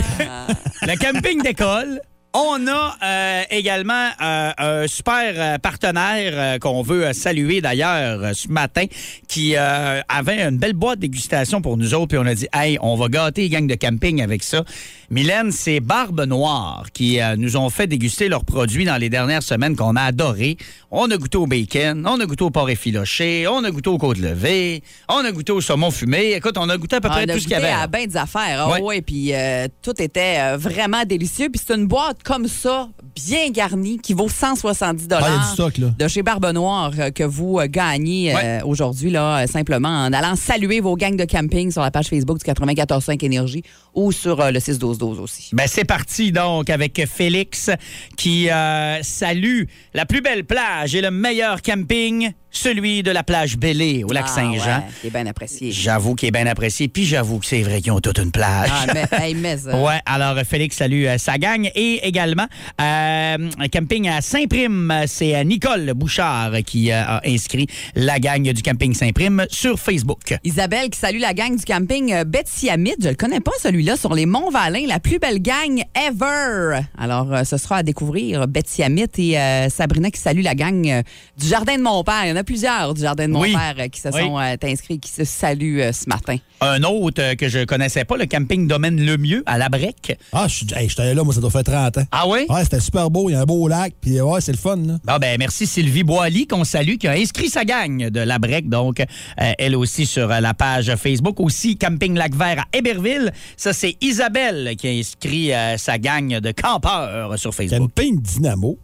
le camping d'école. On a euh, également euh, un super euh, partenaire euh, qu'on veut euh, saluer d'ailleurs euh, ce matin qui euh, avait une belle boîte dégustation pour nous autres. Puis on a dit, hey, on va gâter les gangs de camping avec ça. Mylène, c'est Barbe Noire qui euh, nous ont fait déguster leurs produits dans les dernières semaines qu'on a adoré. On a goûté au bacon, on a goûté au porc effiloché, on a goûté aux côtes levées, on a goûté au saumon fumé. Écoute, on a goûté à peu On près a tout ce qu'il y goûté avait. Ah, à bien des affaires. Ah Ouais. ouais, puis euh, tout était euh, vraiment délicieux. Puis c'est une boîte comme ça, bien garnie, qui vaut 170 Ah, il y a du stock, là. de chez Barbe Noire euh, que vous euh, gagnez euh, Ouais. aujourd'hui, là, euh, simplement en allant saluer vos gangs de camping sur la page Facebook du 94.5 Énergie ou sur euh, le 6-12-12 aussi. Ben c'est parti donc avec Félix qui euh, salue la plus belle plage et le meilleur camping, celui de la plage Bellé au lac Ah, Saint-Jean. ouais, c'est bien apprécié. J'avoue qu'il est bien apprécié, puis j'avoue que c'est vrai qu'ils ont toute une plage. Ah, mais, hey, mais, euh, Ouais, alors euh, Félix salue euh, sa gang et également euh, un camping à Saint-Prime. Euh, C'est euh, Nicole Bouchard qui euh, a inscrit la gang du camping Saint-Prime sur Facebook. Isabelle qui salue la gang du camping euh, Betsy Hamid. Je le connais pas celui-là sur les Monts Valin, la plus belle gang ever. Alors euh, ce sera à découvrir Betsy Hamid et euh, Sabrina qui salue la gang euh, du jardin de mon père. Il y en a plusieurs du jardin de mon Oui. père euh, qui se Oui. sont euh, inscrits, qui se saluent euh, ce matin. Un autre euh, que je connaissais pas, le camping Domaine Lemieux à La Brec. Ah, je suis hey, je suis allé là, moi, ça doit faire 30 ans. Ah oui? Ouais, c'était super beau. Il y a un beau lac, puis euh, ouais, c'est le fun, là. Bon, ben, merci Sylvie Boilly qu'on salue, qui a inscrit sa gang de la break, donc euh, elle aussi sur euh, la page Facebook. Aussi, Camping Lac Vert à Héberville. Ça, c'est Isabelle qui a inscrit euh, sa gang de campeurs sur Facebook. Camping Dynamo.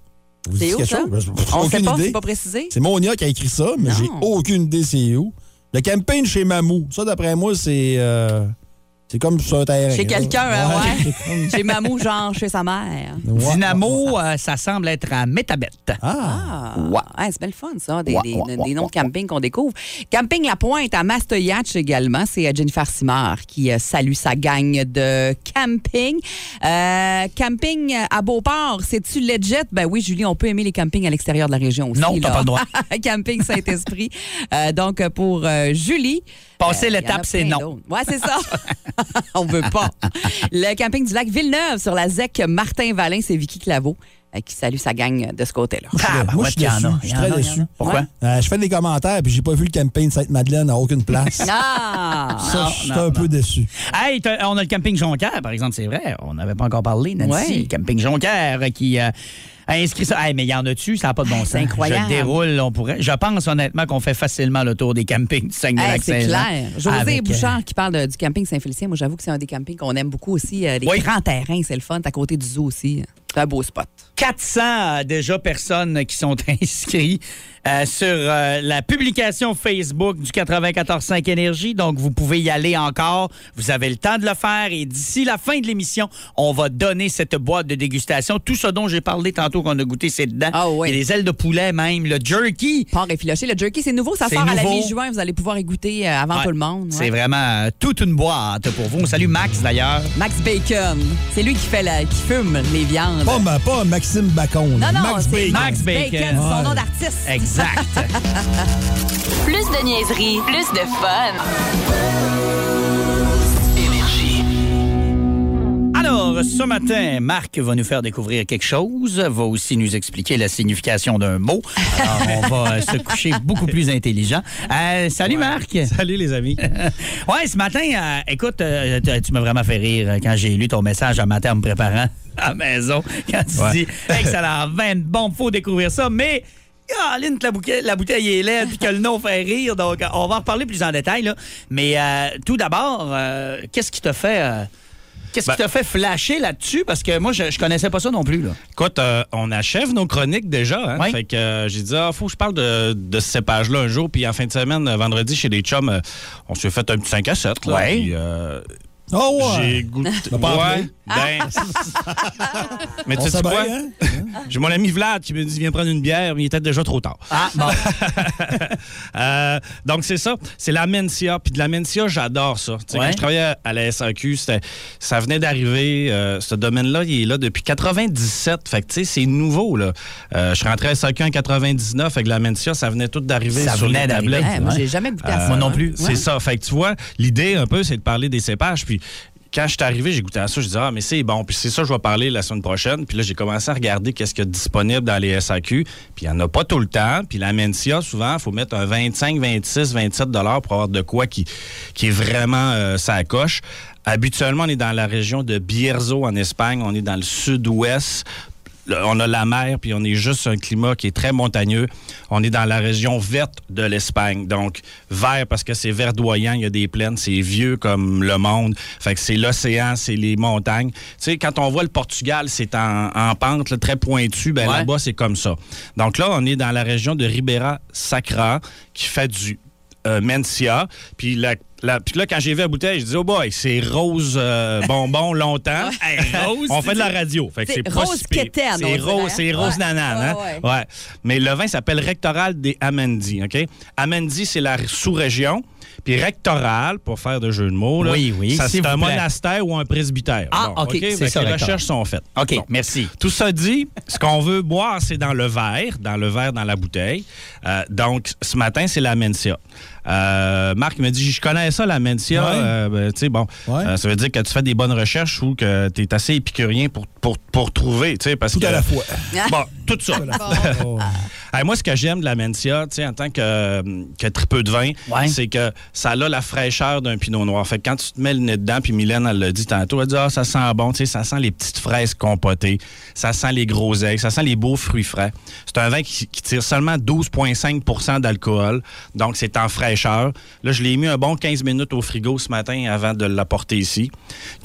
Vous C'est dites où, quelque ça? chose? Ben, Je- On aucune sait pas, idée. c'est pas précisé. C'est Monia qui a écrit ça, mais Non. j'ai aucune idée c'est où. Le camping chez Mamou, ça d'après moi, c'est euh, c'est comme sur un terrain. Chez là. quelqu'un, hein, ouais. c'est comme- Chez Mamou, genre chez sa mère. Ouais. Dynamo, euh, ça semble être à Métabette. Ah, Ah, ouais, c'est bien le fun, ça, des, Ouais, des- ouais, des ouais, noms de camping qu'on découvre. Camping La Pointe à Mastoyatch également, c'est euh, Jennifer Simard qui euh, salue sa gang de camping. Euh, camping à Beauport, c'est-tu legit? Ben oui, Julie, on peut aimer les campings à l'extérieur de la région aussi. Non, t'as là. pas le droit. camping Saint-Esprit. Euh, donc, pour euh, Julie. euh, Passer il y en a l'étape, c'est plein non. d'autres. Ouais, c'est ça. On veut pas. Le camping du lac Villeneuve sur la ZEC Martin-Valin, c'est Vicky Claveau euh, qui salue sa gang de ce côté-là. Ah, ben, moi, je ouais, suis il y en a, déçu. Je il y suis en très a, il y en a. déçu. Pourquoi? Ouais. Euh, je fais des commentaires, puis j'ai pas vu le camping de Sainte-Madeleine à aucune place. Ah! ça, je suis non, un non. peu déçu. Hey, t'as- on a le camping Jonquière, par exemple, c'est vrai. On n'avait pas encore parlé, Nancy. Ouais. Camping Jonquière euh, qui euh, a inscrit ça. Hey, mais il y en a-tu? Ça n'a pas de bon sens. Ah, incroyable. Je déroule, on pourrait. Je pense honnêtement qu'on fait facilement le tour des campings du Hey, Saguenay-Lac-Saint-Jean. Ah, c'est clair. José Avec, euh, Bouchard qui parle de- du camping Saint-Félicien. Moi, j'avoue que c'est un des campings qu'on aime beaucoup aussi. Euh, les Oui. grands terrains, c'est le fun. T'es à côté du zoo aussi. C'est un beau spot. 400 déjà personnes qui sont inscrites euh, sur euh, la publication Facebook du 94.5 Énergie. Donc, vous pouvez y aller encore. Vous avez le temps de le faire. Et d'ici la fin de l'émission, on va donner cette boîte de dégustation. Tout ce dont j'ai parlé tantôt qu'on a goûté, c'est dedans. Ah oui. Et les ailes de poulet même, le jerky. Port effiloché. Le jerky, c'est nouveau. Ça C'est sort à la nouveau. mi-juin. Vous allez pouvoir y goûter euh, avant Ouais. tout le monde. C'est ouais. vraiment euh, toute une boîte pour vous. On salue Max d'ailleurs. Max Bacon. C'est lui qui, fait la, qui fume les viandes. Pas, ma- pas Maxime Bacon. là. non, non, Max c'est Bacon. Max Bacon. Bacon, c'est son Ouais. nom d'artiste. Exact. Plus de niaiserie, plus de fun. Alors, Alors, ce matin, Marc va nous faire découvrir quelque chose, va aussi nous expliquer la signification d'un mot. Alors, on va euh, se coucher beaucoup plus intelligent. Euh, salut, Marc. Salut les amis. Ouais, ce matin, euh, écoute, euh, t- tu m'as vraiment fait rire euh, quand j'ai lu ton message un matin en me préparant à la maison. Quand tu dis, hey, que ça a l'air ben de bon, faut découvrir ça, mais. Caroline, que la bouteille, la bouteille est laide puis que le nom fait rire. Donc, euh, on va en reparler plus en détail. Là. Mais euh, tout d'abord, euh, qu'est-ce qui t'a fait. euh, Qu'est-ce qui Ben- t'a fait flasher là-dessus? Parce que moi, je, je connaissais pas ça non plus. Là. Écoute, euh, on achève nos chroniques déjà. Hein? Oui. Fait que euh, j'ai dit, ah, faut que je parle de, de ce cépage-là un jour. Puis en fin de semaine, euh, vendredi, chez les chums, euh, on s'est fait un petit 5 à 7. Là, Ouais. Puis, euh, Oh, J'ai ouais. goûté. T'as pas appelé? ben, Mais On tu sais s'abat, quoi? hein? J'ai mon ami Vlad qui me dit viens prendre une bière, mais il était déjà trop tard. Ah, bon. Euh, donc, c'est ça. C'est la Mencia. Puis de la Mencia, j'adore ça. Tu sais, Ouais. Quand je travaillais à la SAQ, c'était- ça venait d'arriver. euh, ce domaine-là, il est là depuis 97. Fait que, tu sais, c'est nouveau, là. Euh, je suis rentré à SAQ en 99. Fait que la Mencia, ça venait tout d'arriver Ça sur venait les d'arriver. tablettes. Ouais, Eh, moi, ouais. j'ai jamais goûté à Euh, ça. hein. C'est Ouais. ça. Fait que tu vois, l'idée un peu, c'est de parler des cépages. Puis quand je suis arrivé, j'ai goûté à ça. Je disais, ah, mais c'est bon. Puis c'est ça, je vais parler la semaine prochaine. Puis là, j'ai commencé à regarder qu'est-ce qu'il y a de disponible dans les SAQ. Puis il n'y en a pas tout le temps. Puis la Mencia, souvent, il faut mettre un 25, 26, 27 dollars pour avoir de quoi qui, qui est vraiment euh, ça coche. Habituellement, on est dans la région de Bierzo en Espagne. On est dans le sud-ouest. Le- on a la mer, puis on est juste sur un climat qui est très montagneux. On est dans la région verte de l'Espagne. Donc, vert parce que c'est verdoyant, il y a des plaines, c'est vieux comme le monde. Fait que c'est l'océan, c'est les montagnes. Tu sais, quand on voit le Portugal, c'est en, en pente, là, très pointu, ben Ouais. là-bas, c'est comme ça. Donc là, on est dans la région de Ribera Sacra, qui fait du euh, Mencia. Puis la- la- puis là, quand j'ai vu la bouteille, je dis, oh boy, c'est rose euh, bonbon longtemps. rose, on fait de la radio. Fait que C'est c'est pas rose si pire. quétaine, on C'est dirait, hein? rose, c'est rose Ouais. nanane. Ouais, hein? Ouais. Mais le vin s'appelle Rectoral des Amendi. OK? Amendi, c'est la sous-région. Puis Rectoral, pour faire de jeu de mots, là, Oui, oui, ça, c'est s'il vous un plaît. Euh, monastère ou un presbytère. Ah, OK, c'est Fait que ça, Les Rectoral. recherches sont faites. OK, Bon. merci. Tout ça dit, ce qu'on veut boire, c'est dans le verre, dans le verre, dans la bouteille. Euh, donc, ce matin, c'est la Mencia. Euh, Marc me dit, je connais ça, la Mencia. Ouais. Euh, ben, tu sais, bon, Ouais. euh, ça veut dire que tu fais des bonnes recherches ou que tu es assez épicurien pour, pour, pour trouver, tu sais, parce Tout que... à la fois. Bon, tout ça. Ah Ah, Hey, moi, ce que j'aime de la Mencia, tu sais, en tant que, euh, que tripeux de vin, Ouais. c'est que ça a la fraîcheur d'un pinot noir. Fait que quand tu te mets le nez dedans, puis Mylène, elle l'a dit tantôt, elle dit Ah, ça sent bon, tu sais, ça sent les petites fraises compotées, ça sent les gros aigles, ça sent les beaux fruits frais. C'est un vin qui, qui tire seulement 12,5 d'alcool, donc c'est en fraîcheur. Là, je l'ai mis un bon 15 minutes au frigo ce matin avant de l'apporter ici.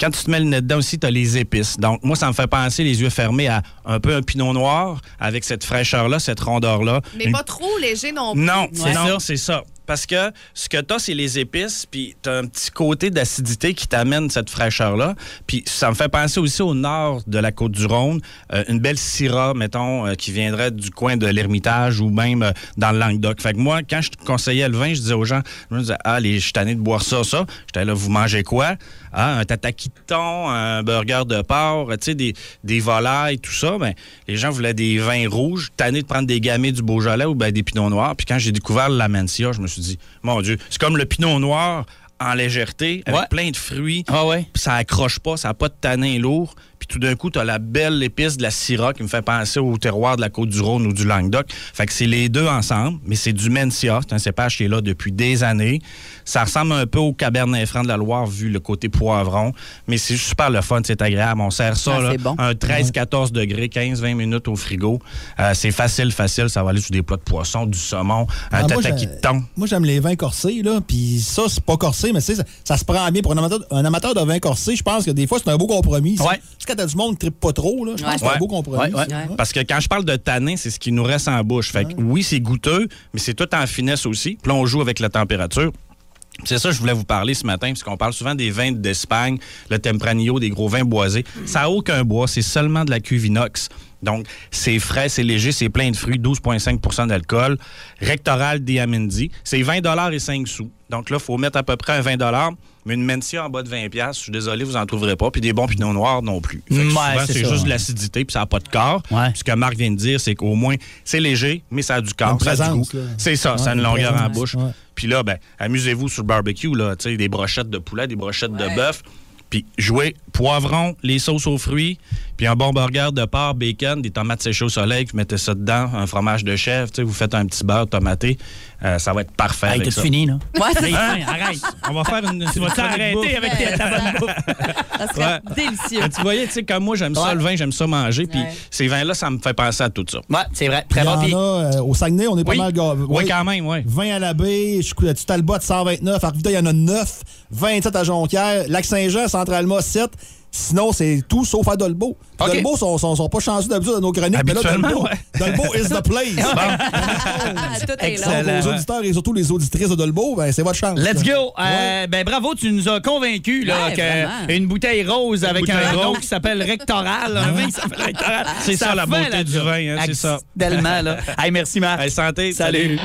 Quand tu te mets le nez dedans aussi, tu as les épices. Donc, moi, ça me fait penser, les yeux fermés, à un peu un pinot noir avec cette fraîcheur-là, cette rondeur-là. Mais Une pas trop léger non plus. non, c'est c'est ça. ça. c'est ça. Parce que ce que t'as, c'est les épices, puis t'as un petit côté d'acidité qui t'amène cette fraîcheur-là. Puis ça me fait penser aussi au nord de la Côte-du-Rhône, euh, une belle syrah, mettons, euh, qui viendrait du coin de l'Ermitage ou même euh, dans le Languedoc. Fait que moi, quand je conseillais le vin, je disais aux gens, je me disais, ah, les, je suis tanné de boire ça, ça. J'étais là, vous mangez quoi? Ah, un tataki de thon, un burger de porc, tu sais, des, des volailles, tout ça. Ben, les gens voulaient des vins rouges, tannés de prendre des gamets du Beaujolais ou ben, des pinots noirs. Puis quand j'ai découvert la Mancia, je me suis dit, mon Dieu, c'est comme le pinot noir en légèreté, avec Ouais. plein de fruits. Ah ouais? Puis ça accroche pas, ça n'a pas de tanin lourd. Puis tout d'un coup, tu as la belle épice de la Syrah qui me fait penser au terroir de la Côte-du-Rhône ou du Languedoc. Fait que c'est les deux ensemble, mais c'est du Mencia. C'est un cépage qui est là depuis des années. Ça ressemble un peu au Cabernet Franc de la Loire vu le côté poivron, mais c'est super le fun, c'est agréable. On sert ça, Ah, là, c'est bon. un 13-14 degrés, 15-20 minutes au frigo. Euh, c'est facile, facile. Ça va aller sur des plats de poisson, du saumon, euh, un Ah, moi, tataki j'a- de thon. Moi, j'aime les vins corsés, là. Puis ça, c'est pas corsé, mais tu sais, ça, ça se prend bien. Pour un amateur, un amateur de vin corsé, je pense que des fois, c'est un beau compromis. ça. Ouais. Tu sais, Quand t'as du monde qui trippe pas trop, là, je pense que c'est Ouais. un beau compromis. Ouais, ouais. ça. Parce que quand je parle de tanin, c'est ce qui nous reste en bouche. Fait que oui, c'est goûteux, mais c'est tout en finesse aussi. Puis là, on joue avec la température. C'est ça que je voulais vous parler ce matin, puisqu'on parle souvent des vins d'Espagne, le Tempranillo, des gros vins boisés. Ça n'a aucun bois, c'est seulement de la cuve inox. Donc, c'est frais, c'est léger, c'est plein de fruits, 12,5 d'alcool. Rectoral Diamendi, c'est 20 et 5 sous. Donc là, il faut mettre à peu près un 20 mais une Mencia en bas de 20 piastres, je suis désolé, vous n'en trouverez pas. Puis des bons pinots noirs non plus. Fait que Ouais, souvent, c'est c'est ça. juste de l'acidité, puis ça n'a pas de corps. Ouais. Ce que Marc vient de dire, c'est qu'au moins, c'est léger, mais ça a du corps. Une ça a du présence, goût. là. C'est ça, Ouais, ça a une une longueur en présence, bouche. ouais. Puis là, ben, amusez-vous sur le barbecue, là, tu sais, des brochettes de poulet, des brochettes de bœuf. Puis jouer poivron, les sauces aux fruits, puis un bon burger de porc, bacon, des tomates séchées au soleil, vous mettez ça dedans, un fromage de chèvre, tu sais, vous faites un petit beurre tomaté, euh, ça va être parfait. Hey, avec t'as ça. fini, là? Ouais, c'est ça. Hein? Arrête! On va faire une. Tu vas t'arrêter avec tes ta bonne bouffe. Ça serait Ouais. délicieux. Mais tu voyais, tu sais, comme moi, j'aime ça, Ouais. le vin, j'aime ça manger. Puis Ouais. ces vins-là, ça me fait penser à tout ça. Ouais, c'est vrai. Il Très y bon. en Puis, a, euh, au Saguenay, on est Oui. pas mal gavés. Oui, quand même, oui. 20 à la baie, je suis tu Talbot 129, à Arvida, il y en a 9, 27 à Jonquière, Lac-Saint-Jean, Centralement 7. Sinon, c'est tout sauf à Dolbeau. OK. Dolbeau, sont, sont, sont pas chanceux d'habitude dans nos chroniques, mais là, Habituellement, Dolbeau, ouais. Dolbeau is the place. Ah, tout est Excellent. là. Donc, aux ouais. auditeurs et surtout les auditrices de Dolbeau, ben, c'est votre chance. Let's go! Euh, Ben bravo, tu nous as convaincus là, Ouais, que vraiment. une bouteille rose avec bouteille un nom rose. qui s'appelle rectoral, un vin qui s'appelle rectoral. C'est ça, la fait beauté du job. vin, hein, c'est ça. Tellement, là. Hey, merci Marc. Hey, santé, Salut.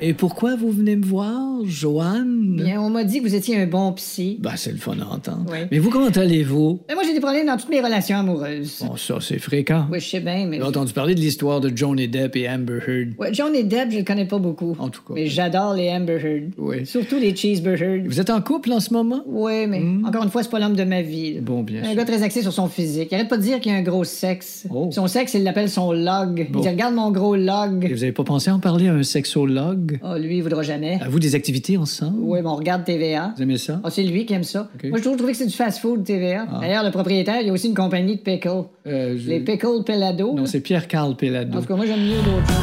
Et pourquoi vous venez me voir, Joanne? Bien, on m'a dit que vous étiez un bon psy. Ben, c'est le fun à entendre. Oui. Mais vous, comment allez-vous? Mais moi, j'ai des problèmes dans toutes mes relations amoureuses. Bon, ça, c'est fréquent. Oui, je sais bien, mais. J'ai entendu parler de l'histoire de Johnny Depp et Amber Heard. Ouais, Johnny Depp, je le connais pas beaucoup. En tout cas. Mais j'adore les Amber Heard. Oui. Surtout les Cheeseburger. Vous êtes en couple en ce moment? Oui, mais encore une fois, c'est pas l'homme de ma vie. là. Hmm. Bon, bien Un sûr. gars très axé sur son physique. Il arrête pas de dire qu'il a un gros sexe. Oh. Son sexe, il l'appelle son log. Bon. Il dit Regarde mon gros Et log. vous avez pas pensé en parler à un sexologue? Ah, lui, il voudra jamais. À vous des activités ensemble? Oui, mais on regarde TVA. Vous aimez ça? Ah, c'est lui qui aime ça. Ok. Ah. Moi, je trouve, je trouvais que c'est du fast-food TVA. D'ailleurs, le propriétaire, il y a aussi une compagnie de pickles. Euh, je- Les pickles Pelado. Non, c'est Pierre-Carl Pelado. En tout cas, moi, j'aime mieux d'autres choses.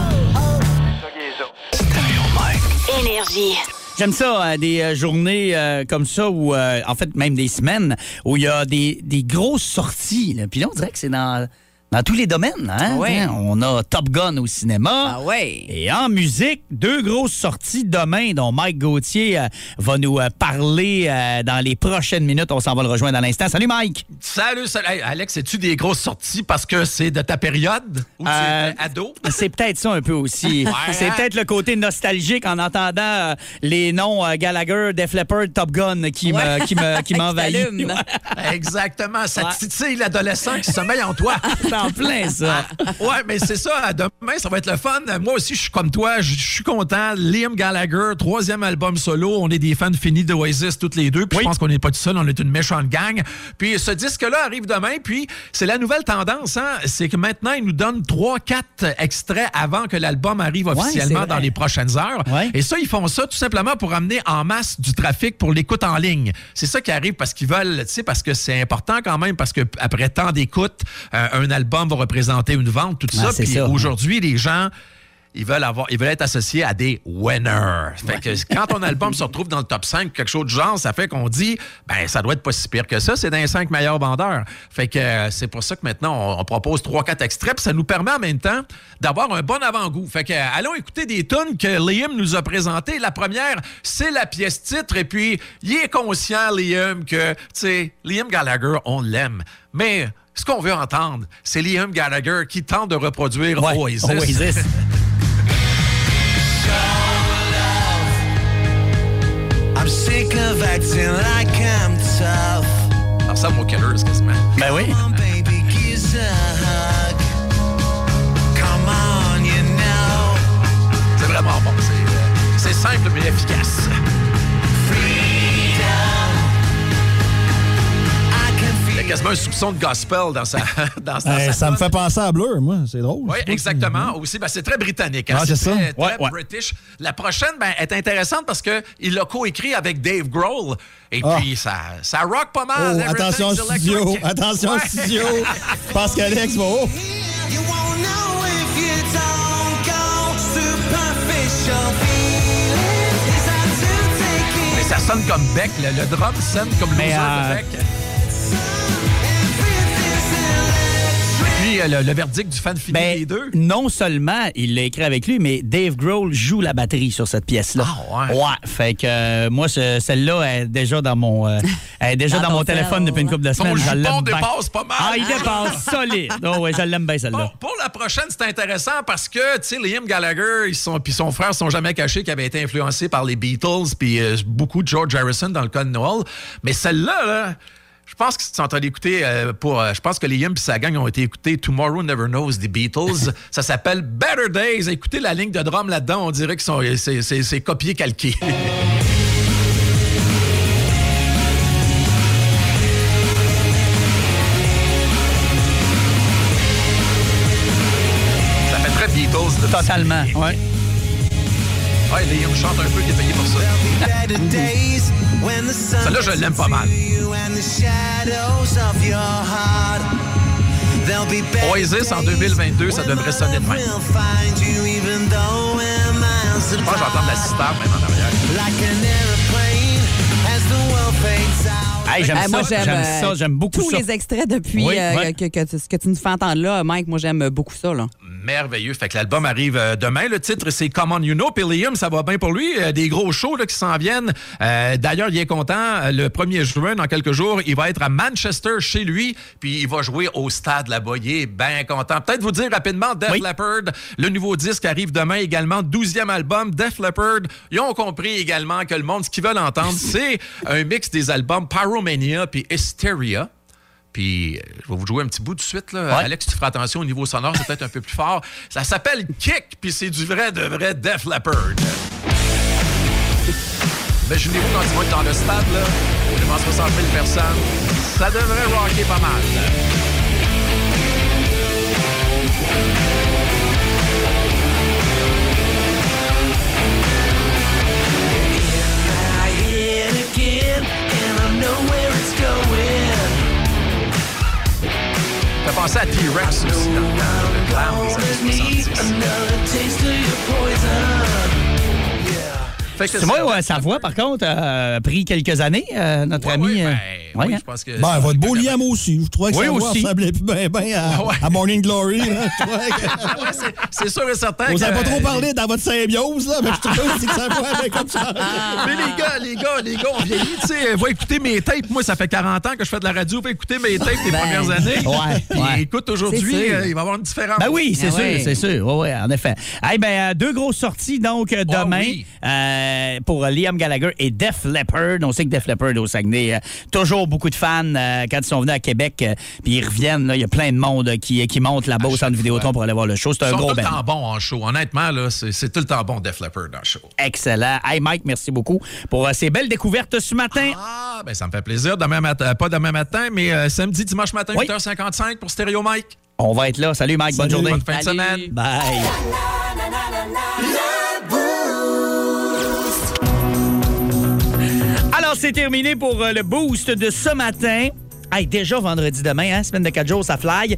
Énergie. J'aime ça, euh, des euh, journées euh, comme ça, ou euh, en fait même des semaines, où il y a des, des grosses sorties. là. Puis là, on dirait que c'est dans, dans tous les domaines. Hein? Ouais. Tiens, On a Top Gun au cinéma. Ah ouais. Et en musique, deux grosses sorties demain dont Mike Gauthier euh, va nous euh, parler euh, dans les prochaines minutes. On s'en va le rejoindre à l'instant. Salut Mike! Salut, salut. Hey, Alex, es-tu des grosses sorties parce que c'est de ta période ou tu Euh, es ado? C'est peut-être ça un peu aussi. Ouais, C'est hein? peut-être le côté nostalgique en entendant euh, les noms euh, Gallagher, Def Leppard, Top Gun qui me- qui me- qui Qui m'envahit. t'allume. Exactement, ça Ouais. titille l'adolescent qui sommeille en toi. Ah, C'est en plein ça. Ouais, mais c'est ça, demain, ça va être le fun. Moi aussi, je suis comme toi, je je suis content. Liam Gallagher, troisième album solo. On est des fans finis d'Oasis toutes les deux. Puis je pense qu'on n'est pas tout seul, on est une méchante gang. Puis ce disque-là arrive demain, puis c'est la nouvelle tendance, hein? C'est que maintenant, ils nous donnent trois, quatre extraits avant que l'album arrive officiellement c'est dans vrai. les prochaines heures. Ouais. Et ça, ils font ça tout simplement pour amener en masse du trafic pour l'écoute en ligne. C'est ça qui arrive parce qu'ils veulent, tu sais, parce que c'est important quand même, parce que p- après tant d'écoutes, euh, un album va représenter une vente, tout Ah, ça. c'est Puis ça. aujourd'hui, les gens. Ils veulent, avoir, ils veulent être associés à des winners. Fait que quand ton album se retrouve dans le top 5, quelque chose de genre, ça fait qu'on dit, ben ça doit être pas si pire que ça, c'est dans les 5 meilleurs vendeurs. Fait que euh, c'est pour ça que maintenant, on, on propose 3-4 extraits, puis ça nous permet en même temps d'avoir un bon avant-goût. Fait que euh, allons écouter des tunes que Liam nous a présentées. La première, c'est la pièce titre, et puis il est conscient, Liam, que, tu sais, Liam Gallagher, on l'aime. Mais ce qu'on veut entendre, c'est Liam Gallagher qui tente de reproduire Ouais, Oasis. Oasis. I'm sick of acting like I'm tough. Ça ressemble aux Killers quasiment. Ben oui. Come on, baby, give us a hug. Come on, you know. C'est vraiment bon. C'est, euh, C'est simple mais efficace. Freedom. I can Il y a feel quasiment un soupçon de gospel dans sa. Dans, dans Eh, sa ça me fait penser à Bleu, moi. C'est drôle. Oui, exactement. Aussi, ben, c'est très britannique. hein. Ah, c'est ça. Très, très Ouais, ouais. british. La prochaine ben, est intéressante parce qu'il l'a coécrit avec Dave Grohl. Et Ah. puis, ça, ça rock pas Oh, mal. attention Everything's studio, electric. attention Ouais. studio. Je pense qu'Alex va haut. You won't know if you don't go. Superficial feelings is hard to take Mais in. ça sonne comme Beck. Le, le drum sonne comme le Mais, euh, de Beck. Everything's electric. Puis, euh, le, le verdict du fan fini Ben, des deux. non seulement il l'a écrit avec lui, mais Dave Grohl joue la batterie sur cette pièce-là. Ah, ouais. fait que euh, moi, ce- celle-là elle est déjà dans mon, euh, elle est déjà Dans dans, ton mon téléphone cell. depuis une couple de Son semaines. Je hein. jupon l'aime bien. dépasse pas mal. hein. Ah, il dépasse solide. Oh, ouais, je l'aime bien celle-là. Bon, pour la prochaine, c'est intéressant parce que, tu sais, Liam Gallagher ils sont, puis son frère sont jamais cachés qu'ils avaient été influencés par les Beatles puis euh, beaucoup de George Harrison dans le cas de Noel. Mais celle-là, là, je pense qu'ils sont allés écouter euh, pour... euh, je pense que Liam et sa gang ont été écoutés Tomorrow Never Knows des Beatles. Ça s'appelle Better Days. Écoutez la ligne de drum là-dedans. On dirait que c'est c'est- c'est copié-calqué. Totalement. Ouais. Ouais, les- on chante un peu, qui est payé pour ça. Celle-là, Celle-là, je l'aime pas mal. Oasis en 2022, ça devrait sonner de même. Je pense que j'entends la sitar même en arrière. Hey, j'aime Euh, ça, moi, j'aime j'aime euh, ça, j'aime beaucoup tous ça. les extraits depuis Oui, euh, ouais. que, que- ce que tu nous fais entendre là, Mike. Moi, j'aime beaucoup ça. Là. Merveilleux. Fait que l'album arrive euh, demain. Le titre, c'est Come On You Know. Puis Liam, ça va bien pour lui. Euh, des gros shows là, qui s'en viennent. Euh, D'ailleurs, il est content. Euh, Le 1er juin, dans quelques jours, il va être à Manchester chez lui. Puis il va jouer au stade là-bas. Il est bien content. Peut-être vous dire rapidement, Def Leppard, le nouveau disque arrive demain également. 12e album, Def Leppard. Ils ont compris également que le monde, ce qu'ils veulent entendre, c'est un mix des albums Pyromania puis Hysteria. Puis, euh, je vais vous jouer un petit bout tout de suite. Là. Alex, tu feras attention au niveau sonore, c'est peut-être un peu plus fort. Ça s'appelle Kick, puis c'est du vrai, de vrai Def Leppard. Imaginez-vous quand ils vont être dans le stade, là, devant 60 000 personnes. Ça devrait rocker pas mal. Fait penser à T-Rex aussi, dans, dans le glam des années 70. Fait que C'est moi, ouais, sa voix, par contre, euh, a pris quelques années, euh, notre ami. euh, ouais, hein. Ben, votre beau Liam aussi. Je trouvais que Oui, ça aussi. ressemblait plus bien bien à, Ouais. à Morning Glory. là. Je trouvais que- Ouais, c'est- C'est sûr et certain Vous que... n'avez pas trop parlé dans votre symbiose, là, mais je trouvais aussi que ça va bien comme ça. Mais les gars, les gars, les gars, on vieillit, tu sais. Va écouter mes tapes. Moi, ça fait 40 ans que je fais de la radio. Va écouter mes tapes des Ben, premières années. ouais, Puis ouais. écoute, aujourd'hui, C'est sûr. euh, il va y avoir une différence. Ben oui, c'est sûr, c'est sûr. Oui, oui, en effet. Eh ben, euh, deux grosses sorties, donc, euh, Ah Ah demain euh, pour Liam Gallagher et Def Leppard. On sait que Def Leppard au Saguenay, euh, toujours beaucoup de fans euh, quand ils sont venus à Québec, euh, puis ils reviennent. là, Il y a plein de monde euh, qui, qui monte Ah, là-bas au centre Vidéotron pour aller voir le show. C'est Ils un sont gros tout le band. temps bons en show. Honnêtement, là, c'est c'est tout le temps bon, Def Leppard, en show. Excellent. Hey Mike, merci beaucoup pour euh, ces belles découvertes ce matin. Ah, ben ça me fait plaisir. Demain matin, pas demain matin, mais euh, samedi, dimanche matin, 8h55 pour Stereo Mike. On va être là. Salut Mike, bonne journée. Bonne fin de semaine. Bye. Alors, c'est terminé pour euh, le boost de ce matin. Hey, déjà vendredi demain, hein, semaine de 4 jours, ça fly.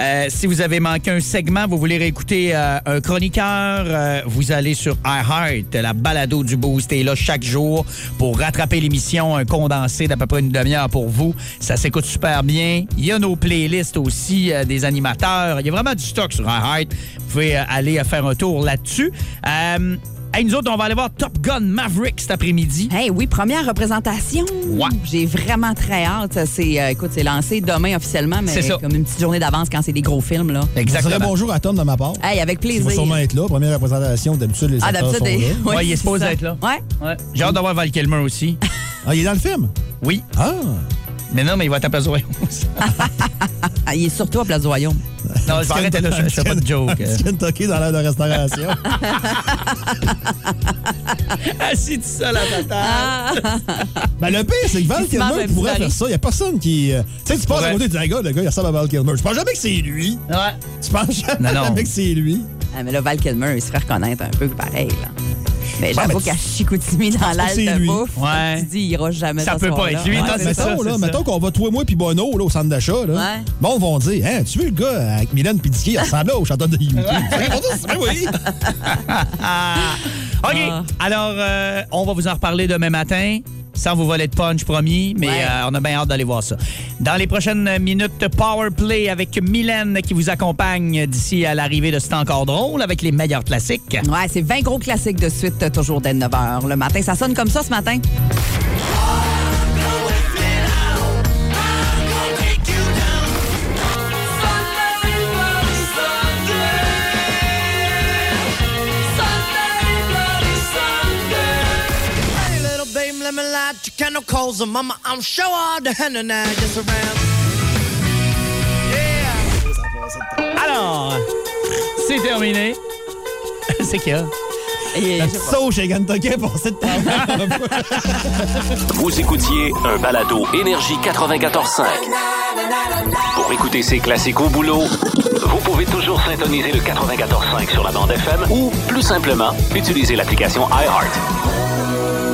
Euh, si vous avez manqué un segment, vous voulez réécouter euh, un chroniqueur, euh, vous allez sur iHeart, la balado du boost est là chaque jour pour rattraper l'émission, un condensé d'à peu près une demi-heure pour vous. Ça s'écoute super bien. Il y a nos playlists aussi euh, des animateurs. Il y a vraiment du stock sur iHeart. Vous pouvez euh, aller euh, faire un tour là-dessus. Euh, hey, nous autres, on va aller voir Top Gun Maverick cet après-midi. Hey, oui, première représentation. J'ai vraiment très hâte. C'est, euh, écoute, c'est lancé demain officiellement, mais C'est ça. comme une petite journée d'avance quand c'est des gros films. Là. Je dirais bonjour à Tom de ma part. Hey, avec Il plaisir. va sûrement être là. Première représentation, d'habitude, les Ah, acteurs sont d'habitude, là. des- oui, Ouais, il est c'est supposé ça. être là. Ouais. Ouais. J'ai hâte d'avoir Val Kilmer aussi. Ah, il est dans le film? Oui. Ah! Mais non, mais il va t'apercevoir. Ah, il est sur toi, Place du Royaume. Non, je vais arrêter là, je- je fais pas de joke. Du Kentucky dans l'air de restauration. Assis tout seul à ta table. Ben, le pire, c'est que Val Il se mange un Kilmer petit pourrait salé. faire ça. Il n'y a personne qui. euh, Tu sais, tu passes à Ouais. côté du gars, le gars, il ressemble à Val Kilmer. Je pense jamais que c'est lui. Ouais. Tu penses jamais Non, non. que c'est lui. Ah, mais là, Val Kilmer, il se fait reconnaître un peu pareil. Là. Mais Ouais, j'avoue mais tu- qu'à Chicoutimi, dans penses que l'aile c'est de lui. bouffe, Ouais. tu te dis, il ira jamais Ça ce peut pas soir-là. être lui, Ouais, tant- Ah, c'est mettons, ça, là, c'est mettons qu'on va toi, moi puis Bono là, au centre d'achat. Là. Bon, vont dire Hein, tu veux le gars avec Mylène Pidiquet, il ressemble au chanteur de YouTube. ben oui. OK. Alors, euh, on va vous en reparler demain matin. Sans vous voler de punch, promis, mais euh, on a bien hâte d'aller voir ça. Dans les prochaines minutes, Power Play avec Mylène qui vous accompagne d'ici à l'arrivée de C'est encore drôle avec les meilleurs classiques. Ouais, c'est 20 gros classiques de suite, euh, toujours dès 9 h le matin. Ça sonne comme ça ce matin. Hey, little babe, let me light your candle coals, and mama, I'm sure all the henna now just around. Alors, c'est terminé. c'est qu'il y a? Et, La petite je sais pas. sauce chez Kentucky pour cette table. Vous écoutiez un balado Énergie 94.5. Pour écouter ces classiques au boulot, vous pouvez toujours syntoniser le 94.5 sur la bande FM ou, plus simplement, utiliser l'application iHeart.